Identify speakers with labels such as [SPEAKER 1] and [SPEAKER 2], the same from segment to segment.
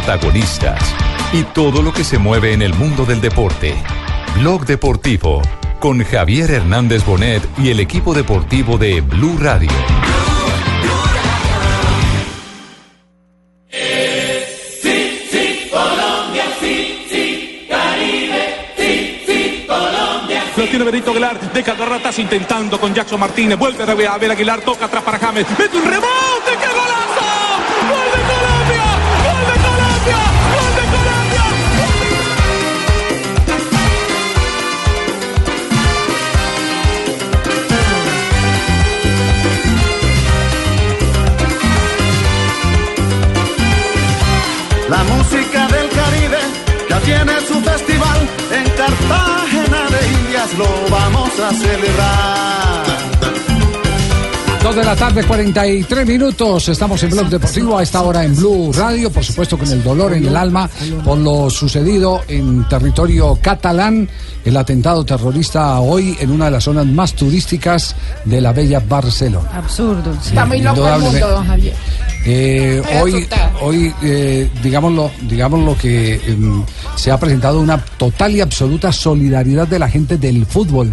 [SPEAKER 1] protagonistas y todo lo que se mueve en el mundo del deporte. Blog Deportivo con Javier Hernández Bonet y el equipo deportivo de Blue Radio.
[SPEAKER 2] Sí, sí, Colombia, sí, sí, Caribe, sí, sí, Colombia.
[SPEAKER 3] Lo tiene Benito Aguilar, deja de ratas intentando con Jackson Martínez. Vuelve a ver Aguilar, toca atrás para James. Mete un rebote, ¡qué golazo! ¡Gol de Colombia! ¡Gol de Colombia! ¡Gol de Colombia!
[SPEAKER 4] La música del Caribe ya tiene su festival en Cartagena de Indias, lo vamos a celebrar.
[SPEAKER 5] Dos de la tarde, 43 minutos. Estamos en Blog Deportivo a esta hora en Blue Radio, por supuesto con el dolor en el alma por lo sucedido en territorio catalán, el atentado terrorista hoy en una de las zonas más turísticas de la bella Barcelona.
[SPEAKER 6] Absurdo.
[SPEAKER 7] Está muy loco el mundo, don Javier.
[SPEAKER 5] Eh,
[SPEAKER 7] Estoy
[SPEAKER 5] hoy,
[SPEAKER 7] asustada.
[SPEAKER 5] hoy eh, digámoslo, digámoslo que em, se ha presentado una total y absoluta solidaridad de la gente del fútbol,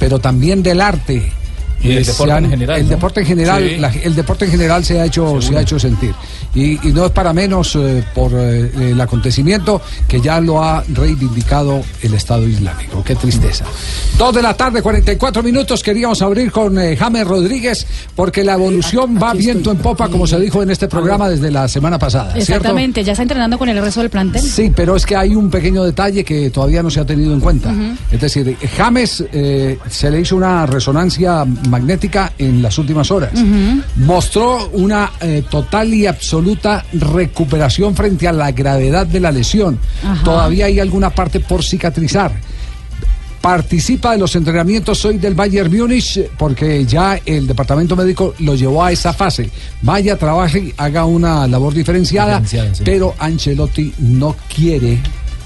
[SPEAKER 5] pero también del arte.
[SPEAKER 8] Y del
[SPEAKER 5] Eh, se
[SPEAKER 8] deporte en general,
[SPEAKER 5] El
[SPEAKER 8] ¿no?
[SPEAKER 5] deporte en general,
[SPEAKER 8] Sí.
[SPEAKER 5] la- el deporte en general se ha hecho, se ha hecho sentir. Y, y no es para menos eh, por eh, el acontecimiento que ya lo ha reivindicado el Estado Islámico. Qué tristeza. Dos de la tarde, 44 minutos. Queríamos abrir con eh, James Rodríguez porque la evolución va viento en popa, como se dijo en este programa desde la semana pasada. ¿cierto?
[SPEAKER 6] Exactamente, ya está entrenando con el resto del plantel.
[SPEAKER 5] Sí, pero es que hay un pequeño detalle que todavía no se ha tenido en cuenta. Es decir, James eh, se le hizo una resonancia magnética en las últimas horas.
[SPEAKER 6] Ujú.
[SPEAKER 5] Mostró una eh, total y absoluta recuperación frente a la gravedad de la lesión.
[SPEAKER 6] Ajá.
[SPEAKER 5] Todavía hay alguna parte por cicatrizar. Participa de los entrenamientos hoy del Bayern Múnich porque ya el departamento médico lo llevó a esa fase. Vaya, trabaje, haga una labor diferenciada,
[SPEAKER 8] Diferenciada, sí.
[SPEAKER 5] pero Ancelotti no quiere,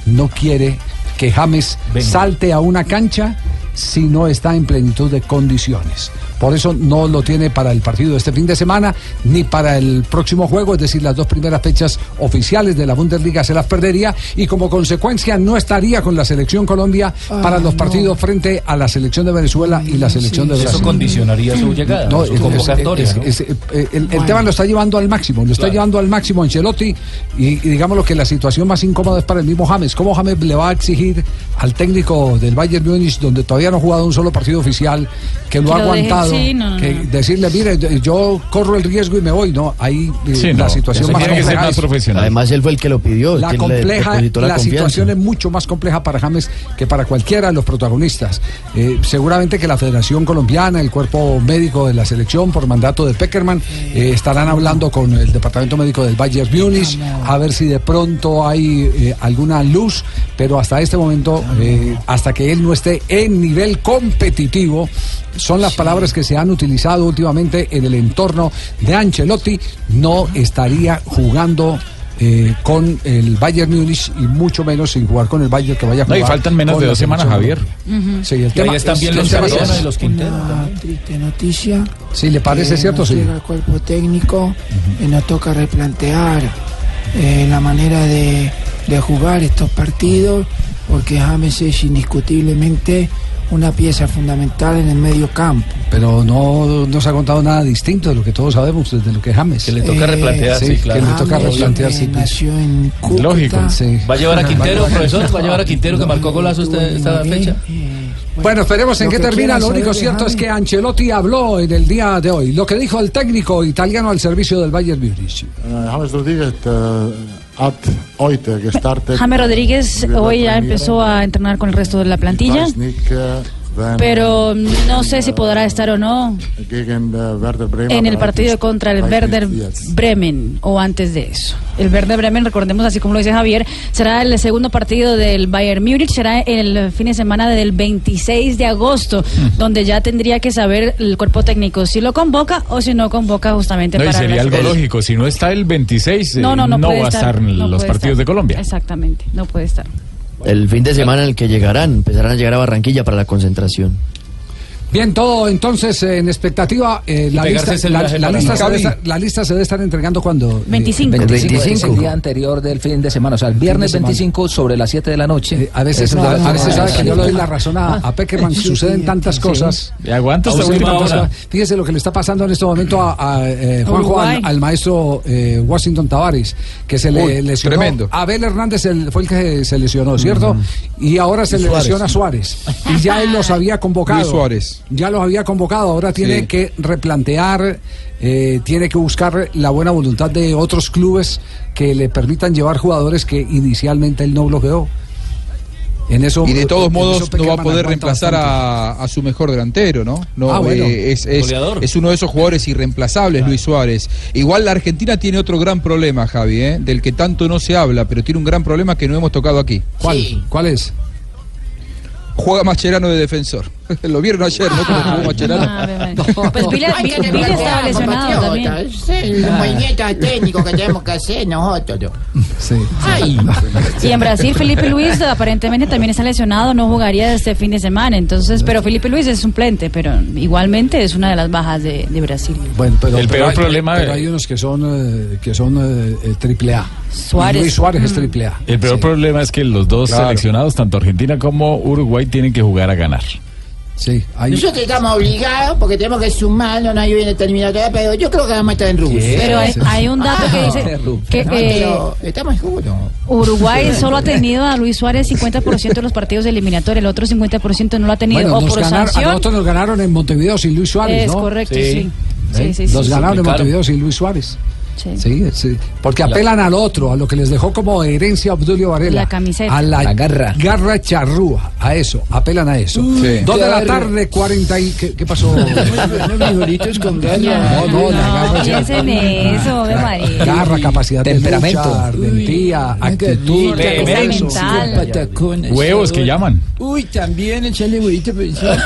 [SPEAKER 5] no quiere que James
[SPEAKER 8] Venga.
[SPEAKER 5] salte a una cancha si no está en plenitud de condiciones. Por eso no lo tiene para el partido de este fin de semana ni para el próximo juego, es decir, las dos primeras fechas oficiales de la Bundesliga se las perdería y como consecuencia no estaría con la selección Colombia para los partidos frente a la selección de Venezuela y la selección de Brasil.
[SPEAKER 8] Eso condicionaría su llegada,
[SPEAKER 5] No,
[SPEAKER 8] su
[SPEAKER 5] es- es-
[SPEAKER 8] convocatoria.
[SPEAKER 5] es-
[SPEAKER 8] ¿no?
[SPEAKER 5] es- eh, el, el tema lo está llevando al máximo, lo está
[SPEAKER 8] Claro.
[SPEAKER 5] llevando al máximo Ancelotti y, y digamos lo que la situación más incómoda es para el mismo James. ¿Cómo James le va a exigir al técnico del Bayern Múnich, donde todavía no ha jugado un solo partido oficial, que lo
[SPEAKER 6] Que
[SPEAKER 5] ha
[SPEAKER 6] lo deje-
[SPEAKER 5] aguantado,
[SPEAKER 6] sí, no, no,
[SPEAKER 5] que
[SPEAKER 6] no.
[SPEAKER 5] decirle, mire, yo- yo corro el riesgo y me voy? No, ahí eh,
[SPEAKER 9] Sí,
[SPEAKER 5] la
[SPEAKER 9] no,
[SPEAKER 5] situación
[SPEAKER 9] eso
[SPEAKER 5] más
[SPEAKER 9] tiene que ser
[SPEAKER 5] compleja
[SPEAKER 9] más
[SPEAKER 5] es-
[SPEAKER 9] profesional.
[SPEAKER 10] Además, él fue el que lo pidió.
[SPEAKER 5] la
[SPEAKER 10] quien le
[SPEAKER 5] compleja,
[SPEAKER 10] depositó
[SPEAKER 5] la,
[SPEAKER 10] confianza.
[SPEAKER 5] situación es mucho más compleja para James que para cualquiera de los protagonistas. Eh, seguramente que la Federación Colombiana, el cuerpo médico de la selección, por mandato de Peckerman, eh, estarán hablando con el departamento médico del Bayern Múnich a ver si de pronto hay eh, alguna luz, pero hasta este momento, eh, hasta que él no esté en nivel competitivo, son las palabras que se han utilizado últimamente en el entorno de Ancelotti, no estaría jugando eh, con el Bayern Múnich y mucho menos sin jugar con el Bayern que vaya a
[SPEAKER 9] No,
[SPEAKER 5] jugar.
[SPEAKER 9] y faltan menos
[SPEAKER 5] con
[SPEAKER 9] de
[SPEAKER 5] la
[SPEAKER 9] dos semanas,
[SPEAKER 5] selección.
[SPEAKER 9] Javier.
[SPEAKER 5] Sí, el
[SPEAKER 8] Y ahí
[SPEAKER 5] tema
[SPEAKER 8] están
[SPEAKER 5] es
[SPEAKER 8] bien
[SPEAKER 5] que
[SPEAKER 8] los
[SPEAKER 5] el tema es
[SPEAKER 8] Cardona y
[SPEAKER 5] ese.
[SPEAKER 8] los Quintero.
[SPEAKER 11] Una triste noticia.
[SPEAKER 5] Si le parece
[SPEAKER 11] Eh,
[SPEAKER 5] cierto,
[SPEAKER 11] no
[SPEAKER 5] sí.
[SPEAKER 11] llega el cuerpo técnico y nos toca replantear eh, la manera de, de jugar estos partidos, porque James es indiscutiblemente una pieza fundamental en el medio campo.
[SPEAKER 5] Pero no, no se ha contado nada distinto de lo que todos sabemos, de lo que James.
[SPEAKER 8] Que le toca
[SPEAKER 11] Eh,
[SPEAKER 8] replantear,
[SPEAKER 5] sí,
[SPEAKER 8] sí,
[SPEAKER 5] que
[SPEAKER 8] claro.
[SPEAKER 5] le toca
[SPEAKER 11] James,
[SPEAKER 5] replantear,
[SPEAKER 11] eh,
[SPEAKER 5] sí, pues.
[SPEAKER 11] Nació en Cúcuta.
[SPEAKER 9] Lógico,
[SPEAKER 5] Sí.
[SPEAKER 8] ¿Va a llevar a Quintero, profesor? ¿Va a llevar a Quintero que marcó golazo esta, esta fecha?
[SPEAKER 5] Bueno, esperemos en
[SPEAKER 11] eh, lo
[SPEAKER 5] qué
[SPEAKER 11] que
[SPEAKER 5] termina.
[SPEAKER 11] quieran
[SPEAKER 5] Lo único
[SPEAKER 11] saber de
[SPEAKER 5] cierto es
[SPEAKER 11] James.
[SPEAKER 5] que Ancelotti habló en el día de hoy. Lo que dijo el técnico italiano al servicio del Bayern Múnich.
[SPEAKER 12] Eh, James Rodríguez eh, hat heute gestartet.
[SPEAKER 6] James Rodríguez hoy ya empezó a entrenar con el resto de la plantilla,
[SPEAKER 12] Ich weiß nicht, eh, wenn,
[SPEAKER 6] pero no sé si podrá estar o no
[SPEAKER 12] eh, gegen, eh, Werder Bremen,
[SPEAKER 6] en el
[SPEAKER 12] aber
[SPEAKER 6] partido contra el
[SPEAKER 12] weiß
[SPEAKER 6] Werder
[SPEAKER 12] nicht jetzt.
[SPEAKER 6] Bremen o antes de eso. El Werder Bremen, recordemos así como lo dice Javier, será el segundo partido del Bayern Múnich, será el fin de semana del 26 de agosto,
[SPEAKER 9] Mm.
[SPEAKER 6] donde ya tendría que saber el cuerpo técnico si lo convoca o si no convoca justamente
[SPEAKER 9] No, y
[SPEAKER 6] para
[SPEAKER 9] sería
[SPEAKER 6] la-
[SPEAKER 9] algo
[SPEAKER 6] el-
[SPEAKER 9] lógico. Si no está el 26, eh,
[SPEAKER 6] No, no, no, puede
[SPEAKER 9] va a estar en
[SPEAKER 6] no
[SPEAKER 9] los
[SPEAKER 6] puede
[SPEAKER 9] partidos
[SPEAKER 6] estar.
[SPEAKER 9] de Colombia.
[SPEAKER 6] Exactamente, no puede estar.
[SPEAKER 10] El fin de semana en el que llegarán, empezarán a llegar a Barranquilla para la concentración.
[SPEAKER 5] Bien, todo entonces en expectativa. eh, la,
[SPEAKER 8] pegarse
[SPEAKER 5] lista,
[SPEAKER 8] ese
[SPEAKER 5] la,
[SPEAKER 8] viaje
[SPEAKER 5] la
[SPEAKER 8] para
[SPEAKER 5] lista se
[SPEAKER 8] Cali.
[SPEAKER 5] debe estar- la lista se debe estar entregando cuando.
[SPEAKER 10] 25. Es Eh, el día anterior del fin de semana, o sea, el viernes
[SPEAKER 5] de semana. Eh,
[SPEAKER 10] 25 sobre las 7 de la noche.
[SPEAKER 5] A veces,
[SPEAKER 10] Eso
[SPEAKER 5] a,
[SPEAKER 10] es-
[SPEAKER 5] a veces sabe que yo le doy la razón a,
[SPEAKER 10] Ah.
[SPEAKER 5] a Peckerman,
[SPEAKER 10] Sí,
[SPEAKER 5] suceden
[SPEAKER 10] sí,
[SPEAKER 5] tantas
[SPEAKER 10] sí.
[SPEAKER 5] cosas.
[SPEAKER 10] Y aguanta hasta
[SPEAKER 5] Suceden
[SPEAKER 10] última
[SPEAKER 5] tantas
[SPEAKER 10] hora.
[SPEAKER 5] cosas. Fíjese lo que le está pasando en este momento a, a, eh, Juanjo,
[SPEAKER 10] Uruguay.
[SPEAKER 5] al, al maestro eh, Washington Tavares, que se le
[SPEAKER 10] Uy,
[SPEAKER 5] lesionó.
[SPEAKER 10] tremendo.
[SPEAKER 5] Abel Hernández el- fue el que se lesionó, ¿cierto? Y ahora se
[SPEAKER 10] Y
[SPEAKER 5] le
[SPEAKER 10] Suárez.
[SPEAKER 5] lesiona a Suárez. Y ya él los había convocado.
[SPEAKER 13] Luis Suárez.
[SPEAKER 5] Ya los había convocado, ahora tiene
[SPEAKER 13] Sí.
[SPEAKER 5] que replantear, eh, tiene que buscar la buena voluntad de otros clubes que le permitan llevar jugadores que inicialmente él no bloqueó. En eso,
[SPEAKER 13] y de todos
[SPEAKER 5] en
[SPEAKER 13] modos
[SPEAKER 5] eso
[SPEAKER 13] no va a
[SPEAKER 5] Peckerman
[SPEAKER 13] poder
[SPEAKER 5] aguanta
[SPEAKER 13] reemplazar
[SPEAKER 5] bastante.
[SPEAKER 13] a, a su mejor delantero, ¿no? no
[SPEAKER 5] Ah, bueno.
[SPEAKER 13] eh, es, es-
[SPEAKER 5] Goleador.
[SPEAKER 13] es uno de esos jugadores irreemplazables, Luis Suárez. Igual la Argentina tiene otro gran problema, Javi, ¿eh? del que tanto no se habla, pero tiene un gran problema que no hemos tocado aquí.
[SPEAKER 5] ¿Cuál? ¿Cuál es?
[SPEAKER 13] Juega Mascherano de defensor. Lo vieron ayer, ¿no? Como jugó Mascherano.
[SPEAKER 6] Pues Vila,
[SPEAKER 7] Hay que
[SPEAKER 6] Vila- Vila estaba
[SPEAKER 7] replantear,
[SPEAKER 6] lesionado
[SPEAKER 7] compatriota,
[SPEAKER 6] también.
[SPEAKER 7] es
[SPEAKER 5] Ah.
[SPEAKER 7] el movimiento técnico que tenemos que hacer nosotros.
[SPEAKER 5] Sí.
[SPEAKER 7] Ay.
[SPEAKER 6] Y en Brasil, Felipe Luis aparentemente también está lesionado, no jugaría este fin de semana. Entonces, pero Felipe Luis es suplente, pero igualmente es una de las bajas de, de Brasil.
[SPEAKER 5] Bueno, pero,
[SPEAKER 9] El
[SPEAKER 5] pero
[SPEAKER 9] peor
[SPEAKER 5] hay,
[SPEAKER 9] problema
[SPEAKER 5] pero
[SPEAKER 9] de-
[SPEAKER 5] hay unos que son eh, que son eh, eh, triple A.
[SPEAKER 6] Suárez.
[SPEAKER 5] Y Luis Suárez es
[SPEAKER 6] Mm.
[SPEAKER 5] triple A.
[SPEAKER 9] El peor problema es que los dos
[SPEAKER 5] Claro.
[SPEAKER 9] seleccionados, tanto Argentina como Uruguay, tienen que jugar a ganar.
[SPEAKER 5] Sí,
[SPEAKER 7] Nosotros estamos obligados porque tenemos que sumarnos, nadie viene terminado todavía, pero yo creo que vamos a estar en Rubio.
[SPEAKER 6] Pero hay, hay un dato que dice que
[SPEAKER 7] No,
[SPEAKER 6] eh,
[SPEAKER 7] pero estamos seguros.
[SPEAKER 6] Uruguay solo ha tenido a Luis Suárez 50% de los partidos eliminatorios, el otro 50% no lo ha tenido
[SPEAKER 5] Bueno,
[SPEAKER 6] o
[SPEAKER 5] nos
[SPEAKER 6] por
[SPEAKER 5] ganaron- a
[SPEAKER 6] sanción.
[SPEAKER 5] nosotros nos ganaron en Montevideo sin Luis Suárez,
[SPEAKER 6] Es
[SPEAKER 5] ¿no?
[SPEAKER 6] correcto, sí. Sí.
[SPEAKER 5] ¿Eh?
[SPEAKER 6] Sí, sí, sí,
[SPEAKER 5] Los
[SPEAKER 6] sí.
[SPEAKER 5] ganaron en
[SPEAKER 6] Claro.
[SPEAKER 5] Montevideo sin Luis Suárez.
[SPEAKER 6] Sí.
[SPEAKER 5] Sí, sí. Porque apelan al otro, a lo que les dejó como herencia Obdulio Varela.
[SPEAKER 6] La camiseta.
[SPEAKER 5] A la,
[SPEAKER 6] La
[SPEAKER 5] garra. Garra charrúa. A eso, apelan a eso.
[SPEAKER 2] Sí.
[SPEAKER 5] Dos de la
[SPEAKER 2] Garra.
[SPEAKER 5] tarde, 40 y... ¿Qué, qué pasó?
[SPEAKER 11] con
[SPEAKER 5] No, no, la garra
[SPEAKER 6] Piensen
[SPEAKER 5] charrúa.
[SPEAKER 6] en eso,
[SPEAKER 8] Ah,
[SPEAKER 5] Ah.
[SPEAKER 6] me parece.
[SPEAKER 5] Garra, capacidad
[SPEAKER 10] Temperamento.
[SPEAKER 5] de lucha, ardentía, actitud,
[SPEAKER 6] Temperamento.
[SPEAKER 9] Huevos que llaman.
[SPEAKER 11] Uy, también echarle huevito.
[SPEAKER 8] pues,
[SPEAKER 11] pero eso-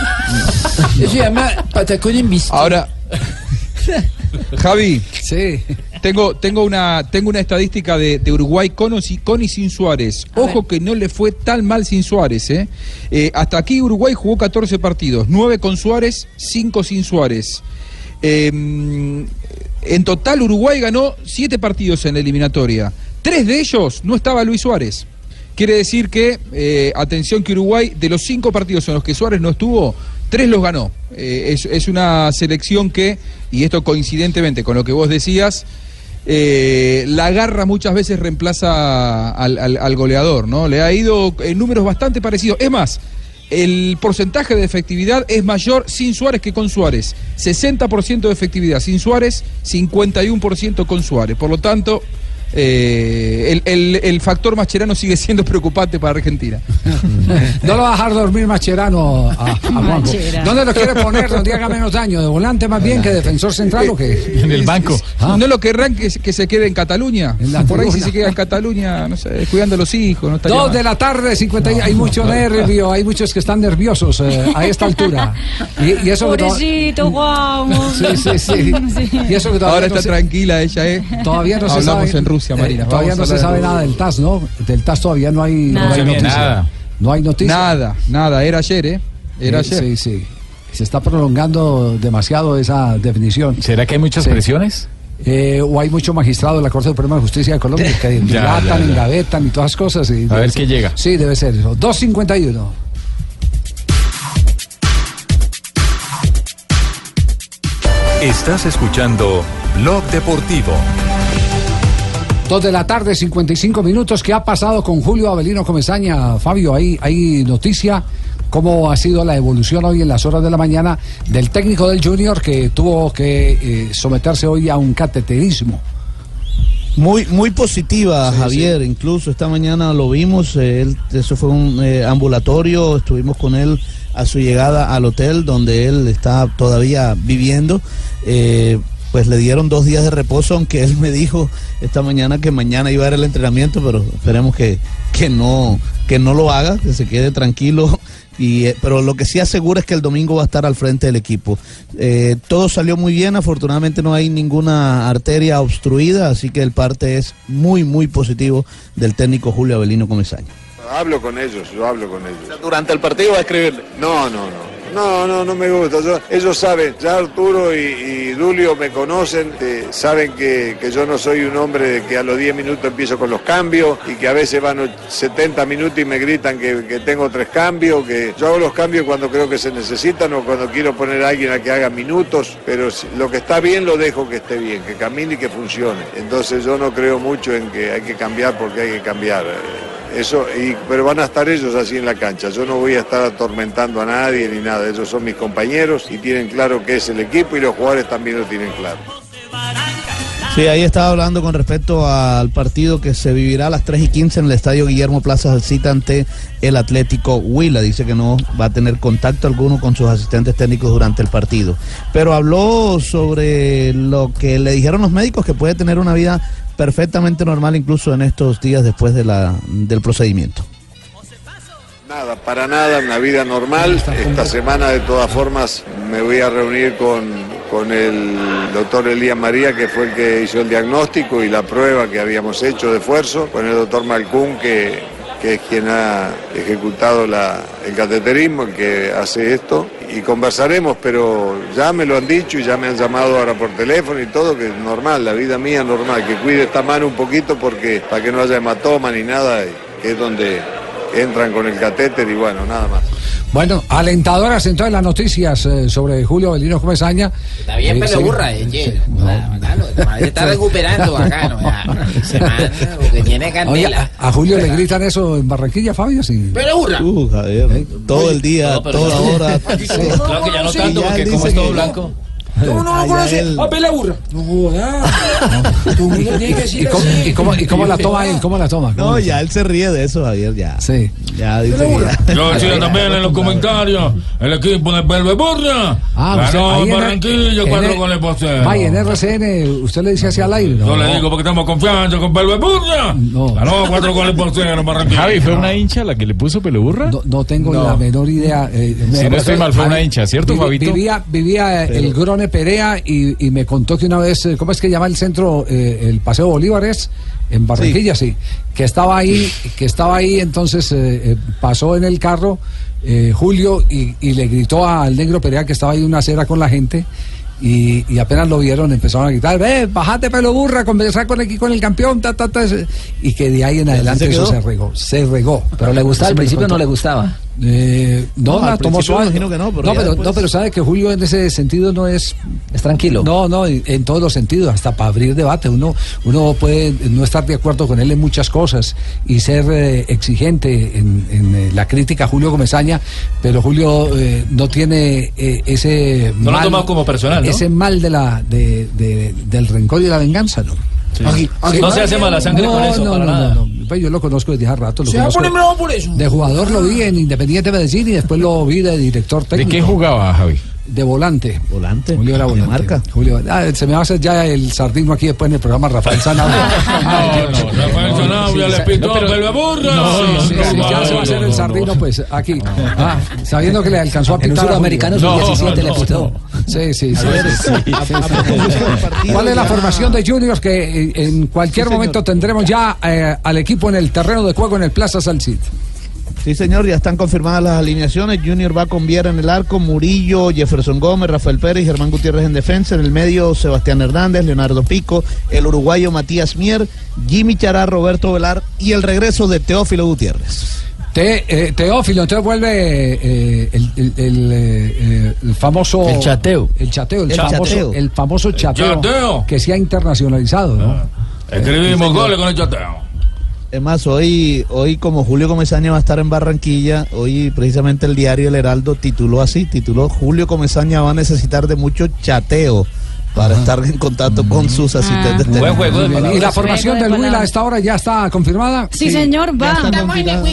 [SPEAKER 11] Eso se llama patacón en bistec.
[SPEAKER 13] Ahora, Javi,
[SPEAKER 5] sí.
[SPEAKER 13] tengo, tengo, una, tengo una estadística de, de Uruguay con, o si- con y sin Suárez. Ojo que no le fue tan mal sin Suárez. ¿eh? Eh, hasta aquí Uruguay jugó 14 partidos, 9 con Suárez, 5 sin Suárez. Eh, en total Uruguay ganó 7 partidos en la eliminatoria. Tres de ellos no estaba Luis Suárez. Quiere decir que, eh, atención que Uruguay, de los cinco partidos en los que Suárez no estuvo, tres los ganó. Eh, es, es una selección que, y esto coincidentemente con lo que vos decías, eh, la garra muchas veces reemplaza al, al- al goleador, ¿no? Le ha ido en números bastante parecidos. Es más, el porcentaje de efectividad es mayor sin Suárez que con Suárez. 60% de efectividad sin Suárez, 51% con Suárez. Por lo tanto, eh, el, el- el factor macherano sigue siendo preocupante para Argentina.
[SPEAKER 5] No lo va a dejar dormir Macherano a, a Juanjo.
[SPEAKER 13] Mascherano.
[SPEAKER 5] ¿Dónde lo quiere poner donde haga menos daño? ¿De volante más bien que defensor central o qué? Ah.
[SPEAKER 13] En el banco. No lo querrán que, se- que se quede en Cataluña.
[SPEAKER 5] la
[SPEAKER 13] Por ahí si
[SPEAKER 5] tribuna.
[SPEAKER 13] se queda en Cataluña, no sé, cuidando a los hijos. No estaría
[SPEAKER 5] Dos
[SPEAKER 13] mal.
[SPEAKER 5] de la tarde, 50 y- hay mucho nervio, hay muchos que están nerviosos eh, a esta altura. Y, y eso que to-
[SPEAKER 6] Pobrecito, guau.
[SPEAKER 5] Sí, sí, sí. Y eso que todavía
[SPEAKER 13] Ahora
[SPEAKER 5] no
[SPEAKER 13] está
[SPEAKER 5] se-
[SPEAKER 13] tranquila ella, ¿eh?
[SPEAKER 5] Todavía no se sabe.
[SPEAKER 13] Hablamos en Rusia,
[SPEAKER 5] eh,
[SPEAKER 13] Marina.
[SPEAKER 5] todavía
[SPEAKER 13] Vamos
[SPEAKER 5] no
[SPEAKER 13] a
[SPEAKER 5] se
[SPEAKER 13] hablar
[SPEAKER 5] sabe
[SPEAKER 13] en
[SPEAKER 5] nada
[SPEAKER 13] Rusia.
[SPEAKER 5] del TAS, ¿no? Del TAS todavía no hay, no hay
[SPEAKER 13] Nada.
[SPEAKER 5] noticia.
[SPEAKER 13] Nada.
[SPEAKER 5] No hay noticia.
[SPEAKER 13] Nada, nada. Era ayer, ¿eh? Era
[SPEAKER 5] Sí,
[SPEAKER 13] ayer.
[SPEAKER 5] Sí, sí. Se está prolongando demasiado esa definición.
[SPEAKER 9] ¿Será que hay muchas
[SPEAKER 5] Sí.
[SPEAKER 9] presiones?
[SPEAKER 5] Eh, o hay muchos magistrados de la Corte Suprema de Justicia de Colombia que
[SPEAKER 9] ya,
[SPEAKER 5] dilatan,
[SPEAKER 9] ya.
[SPEAKER 5] engavetan y todas esas cosas. y
[SPEAKER 9] A ver
[SPEAKER 5] debe
[SPEAKER 9] qué
[SPEAKER 5] ser.
[SPEAKER 9] llega.
[SPEAKER 5] Sí, debe ser eso. 251.
[SPEAKER 1] Estás escuchando Blog Deportivo.
[SPEAKER 5] Dos de la tarde, 55 minutos. ¿Qué ha pasado con Julio Avelino Comesaña? Fabio, ¿hay, hay noticia? ¿Cómo ha sido la evolución hoy en las horas de la mañana del técnico del Junior que tuvo que eh, someterse hoy a un cateterismo?
[SPEAKER 14] Muy, muy positiva, Javier. Incluso esta mañana lo vimos. eh, él- eso fue un eh, ambulatorio. Estuvimos con él a su llegada al hotel donde él está todavía viviendo. Eh, pues le dieron dos días de reposo, aunque él me dijo esta mañana que mañana iba a ir el entrenamiento, pero esperemos que, que no, que no lo haga, que se quede tranquilo. Y, eh, pero lo que sí asegura es que el domingo va a estar al frente del equipo. Eh, todo salió muy bien, afortunadamente no hay ninguna arteria obstruida, así que el parte es muy, muy positivo del técnico Julio Avelino Comesaña.
[SPEAKER 15] Hablo con ellos, yo hablo con ellos. ¿Durante el partido va a escribirle? No, no, no. No, no, no me gusta. Yo- ellos saben, ya Arturo y, y Dulio me conocen, eh, saben que, que yo no soy un hombre de que a los 10 minutos empiezo con los cambios y que a veces van och- 70 minutos y me gritan que, que tengo tres cambios, que yo hago los cambios cuando creo que se necesitan o cuando quiero poner a alguien a que haga minutos, pero si- lo que está bien lo dejo que esté bien, que camine y que funcione. Entonces yo no creo mucho en que hay que cambiar porque hay que cambiar. eh. Eso, y- pero van a estar ellos así en la cancha. Yo no voy a estar atormentando a nadie ni nada. Ellos son mis compañeros y tienen claro que es el equipo y los jugadores también lo tienen claro.
[SPEAKER 14] Sí, ahí estaba hablando con respecto al partido que se vivirá a las 3 y 15 en el estadio Guillermo Plaza Salcita ante el Atlético Huila. Dice que no va a tener contacto alguno con sus asistentes técnicos durante el partido. Pero habló sobre lo que le dijeron los médicos, que puede tener una vida perfectamente normal incluso en estos días después de la, del procedimiento.
[SPEAKER 15] Nada, para nada, una vida normal. Esta semana de todas formas me voy a reunir con, con el doctor Elías María, que fue el que hizo el diagnóstico y la prueba que habíamos hecho de esfuerzo, con el doctor Malcún, que, que es quien ha ejecutado la- el cateterismo, el que hace esto, y conversaremos, pero ya me lo han dicho y ya me han llamado ahora por teléfono y todo, que es normal, la vida mía es normal, que cuide esta mano un poquito porque para que no haya hematoma ni nada, que es donde entran con el catéter y bueno, nada más.
[SPEAKER 5] Bueno, alentadoras entonces las noticias eh, sobre Julio Belino Gómez Aña.
[SPEAKER 7] Está bien, pero burra, eh, ye.
[SPEAKER 8] Ah,
[SPEAKER 7] Se está recuperando bacano, ya. Semana, porque tiene
[SPEAKER 5] Oye,
[SPEAKER 7] candela.
[SPEAKER 5] a, a Julio
[SPEAKER 7] Ah,
[SPEAKER 5] le gritan eso en Barranquilla, Fabio, sí. Eh.
[SPEAKER 7] Pero burra.
[SPEAKER 14] Uh, Javier, todo el día, toda hora.
[SPEAKER 8] Claro que ya no tanto, porque como es todo blanco.
[SPEAKER 14] No,
[SPEAKER 5] no,
[SPEAKER 14] no,
[SPEAKER 8] la Ah, burra.
[SPEAKER 5] ¿Y cómo, y cómo- y cómo la toma él? ¿Cómo la toma?
[SPEAKER 14] No, ya él se ríe de eso, Javier, ya.
[SPEAKER 5] Sí.
[SPEAKER 14] Ya dice que ya.
[SPEAKER 16] Yo decía también en los comentarios, el equipo de Belve Burra.
[SPEAKER 5] Ah, usted-
[SPEAKER 16] ganó
[SPEAKER 5] ahí en-
[SPEAKER 16] Barranquilla
[SPEAKER 5] en-
[SPEAKER 16] cuatro goles por cero.
[SPEAKER 5] Vaya, en RCN, usted le dice así al aire.
[SPEAKER 16] Yo le digo porque estamos confianza con Belve Burra. Ganó cuatro goles por cero Barranquilla.
[SPEAKER 9] Javi, ¿fue una hincha la que le puso pelo burra?
[SPEAKER 5] No, no tengo
[SPEAKER 9] No.
[SPEAKER 5] la menor idea. eh,
[SPEAKER 9] Si
[SPEAKER 5] me-
[SPEAKER 9] no estoy mal, fue una hincha, ¿cierto,
[SPEAKER 5] Vivi-
[SPEAKER 9] Fabito?
[SPEAKER 5] Vivía, vivía eh,
[SPEAKER 9] Pero-
[SPEAKER 5] el Grone Perea y, y me contó que una vez, eh, ¿cómo es que llama el centro? eh, el Paseo Bolívares, en Barranquilla, sí. Que estaba ahí, que estaba ahí, entonces eh, eh, pasó en el carro eh, Julio y, y le gritó al negro Perea que estaba ahí en una acera con la gente. Y, y apenas lo vieron, empezaron a gritar, ve, bajate pelo burra, conversar con aquí con el campeón, ta, ta, ta. Y que de ahí en adelante
[SPEAKER 10] se
[SPEAKER 5] eso
[SPEAKER 10] quedó?
[SPEAKER 5] se regó, se regó.
[SPEAKER 10] Pero le gustaba,
[SPEAKER 5] Eso
[SPEAKER 10] al
[SPEAKER 5] me
[SPEAKER 10] principio
[SPEAKER 5] contó.
[SPEAKER 10] no le gustaba.
[SPEAKER 5] Eh,
[SPEAKER 10] No,
[SPEAKER 5] no,
[SPEAKER 10] al
[SPEAKER 5] la tomó
[SPEAKER 10] principio
[SPEAKER 5] suave.
[SPEAKER 10] me imagino que no, pero ya
[SPEAKER 5] pero,
[SPEAKER 10] después-
[SPEAKER 5] no, pero sabe que Julio en ese sentido no es. Es tranquilo. No, no, en en todos los sentidos, hasta para abrir debate. Uno, uno puede no estar de acuerdo con él en muchas cosas y ser eh, exigente en, en, eh, la crítica a Julio Comesaña, pero Julio eh, no tiene eh, ese.
[SPEAKER 8] No lo ha tomado como personal, ¿no?
[SPEAKER 5] Ese mal de la, de, de- del rencor y de la venganza, ¿no? Aquí- aquí-
[SPEAKER 8] No se hace mala sangre
[SPEAKER 5] No,
[SPEAKER 8] con eso,
[SPEAKER 5] no,
[SPEAKER 8] para
[SPEAKER 5] no,
[SPEAKER 8] nada.
[SPEAKER 5] no, no. Pues yo lo conozco desde hace rato. lo
[SPEAKER 8] Se va a
[SPEAKER 5] conozco-
[SPEAKER 8] poner bravo por eso.
[SPEAKER 5] de jugador lo vi en Independiente Medellín y después lo vi de director técnico.
[SPEAKER 9] qué jugaba, Javi?
[SPEAKER 5] De volante.
[SPEAKER 14] Volante.
[SPEAKER 5] Julio era volante. marca? Julio, ah, se me va a hacer ya el sardino aquí después en el programa Rafael Sanabria.
[SPEAKER 16] No, no, Rafael Sanabria le pitó a Belve Burra.
[SPEAKER 5] Sí, sí, sí, ya se va a hacer el sardino, pues, aquí. Ah, sabiendo que le alcanzó a
[SPEAKER 10] En un
[SPEAKER 5] pitar. a Julio.
[SPEAKER 10] suramericano, su No, 17 le no, pitó.
[SPEAKER 5] Sí, sí, sí.
[SPEAKER 10] Ayer,
[SPEAKER 5] sí, sí.
[SPEAKER 10] sí.
[SPEAKER 5] ¿Cuál es la formación de Juniors que eh, en cualquier momento tendremos ya eh, al equipo en el terreno de juego en el Plaza Salcid?
[SPEAKER 14] Sí, señor, ya están confirmadas las alineaciones. Junior va con Viera en el arco, Murillo, Jefferson Gómez, Rafael Pérez, Germán Gutiérrez en defensa. En el medio, Sebastián Hernández, Leonardo Pico, el uruguayo Matías Mier, Jimmy Chará, Roberto Velar y el regreso de Teófilo Gutiérrez.
[SPEAKER 5] Te- eh, Teófilo, entonces vuelve eh, el, el- el, eh, eh, el famoso.
[SPEAKER 10] El chateo.
[SPEAKER 5] El chateo, el,
[SPEAKER 10] El
[SPEAKER 5] famoso,
[SPEAKER 10] chateo.
[SPEAKER 5] el famoso chateo,
[SPEAKER 16] chateo.
[SPEAKER 5] Que se ha internacionalizado, Ah, ¿no?
[SPEAKER 16] Escribimos goles con el chateo.
[SPEAKER 14] Es más, hoy, hoy como Julio Comesaña va a estar en Barranquilla, hoy precisamente el diario El Heraldo tituló así, tituló Julio Comesaña va a necesitar de mucho chateo para estar en contacto con sus asistentes.
[SPEAKER 5] Mm. Ah. Buen
[SPEAKER 14] técnicos.
[SPEAKER 5] juego de palabras. Y la formación
[SPEAKER 6] Juego de
[SPEAKER 5] del Huila a
[SPEAKER 6] palabras.
[SPEAKER 5] esta hora ya está confirmada.
[SPEAKER 6] Sí, señor, va. Dale,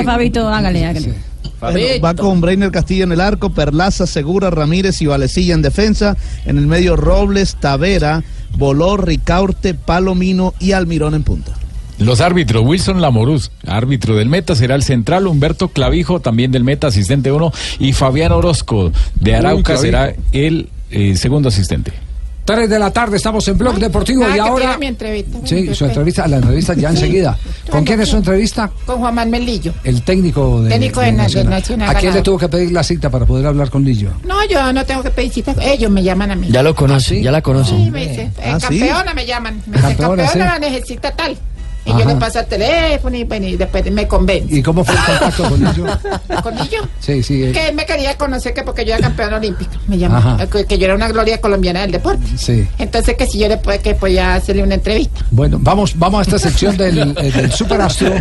[SPEAKER 5] Sí.
[SPEAKER 6] Fabito, hágale, hágale.
[SPEAKER 14] Bueno, va con Breiner Castillo en el arco, Perlaza, Segura, Ramírez y Valecilla en defensa. En el medio Robles, Tavera, Boló, Ricaurte, Palomino y Almirón en punta.
[SPEAKER 9] Los árbitros, Wilson Lamoruz, árbitro del Meta, será el central, Humberto Clavijo, también del Meta, asistente uno, y Fabián Orozco de
[SPEAKER 13] Uy,
[SPEAKER 9] Arauca
[SPEAKER 13] Clavijo.
[SPEAKER 9] será el eh, segundo asistente.
[SPEAKER 5] 3 de la tarde, estamos en Blog Deportivo
[SPEAKER 17] Nada,
[SPEAKER 5] y
[SPEAKER 17] Ah, que
[SPEAKER 5] ahora.
[SPEAKER 17] tiene mi entrevista.
[SPEAKER 5] Sí, su entrevista, la entrevista ya enseguida. ¿Con quién es su entrevista?
[SPEAKER 17] Con Juan Manuel Lillo.
[SPEAKER 5] El técnico de,
[SPEAKER 17] Técnico de
[SPEAKER 5] de
[SPEAKER 17] Na- de Nacional
[SPEAKER 5] ¿A quién
[SPEAKER 17] ganado.
[SPEAKER 5] le tuvo que pedir la cita para poder hablar con Lillo?
[SPEAKER 17] No, yo no tengo que pedir citas. Ellos me llaman a mí.
[SPEAKER 5] lo conoce, ya la conoce.
[SPEAKER 17] Sí, me dice, eh,
[SPEAKER 5] Ah, sí.
[SPEAKER 17] campeona me llaman. Me dice,
[SPEAKER 5] Campeona,
[SPEAKER 17] campeona,
[SPEAKER 5] sí.
[SPEAKER 17] necesita tal. Y yo
[SPEAKER 5] Ajá.
[SPEAKER 17] le paso el teléfono y, bueno, y después me convence.
[SPEAKER 5] ¿Y cómo fue el contacto con Lillo?
[SPEAKER 17] ¿Con Lillo?
[SPEAKER 5] Sí, sí. eh,
[SPEAKER 17] Que él me quería conocer que porque yo era campeona olímpica, me llama,
[SPEAKER 5] Ajá.
[SPEAKER 17] que, que yo era una gloria colombiana del deporte.
[SPEAKER 5] Sí.
[SPEAKER 17] Entonces que si yo le podía, que podía hacerle una entrevista.
[SPEAKER 5] Bueno, vamos, vamos a esta sección del, eh, del Superastro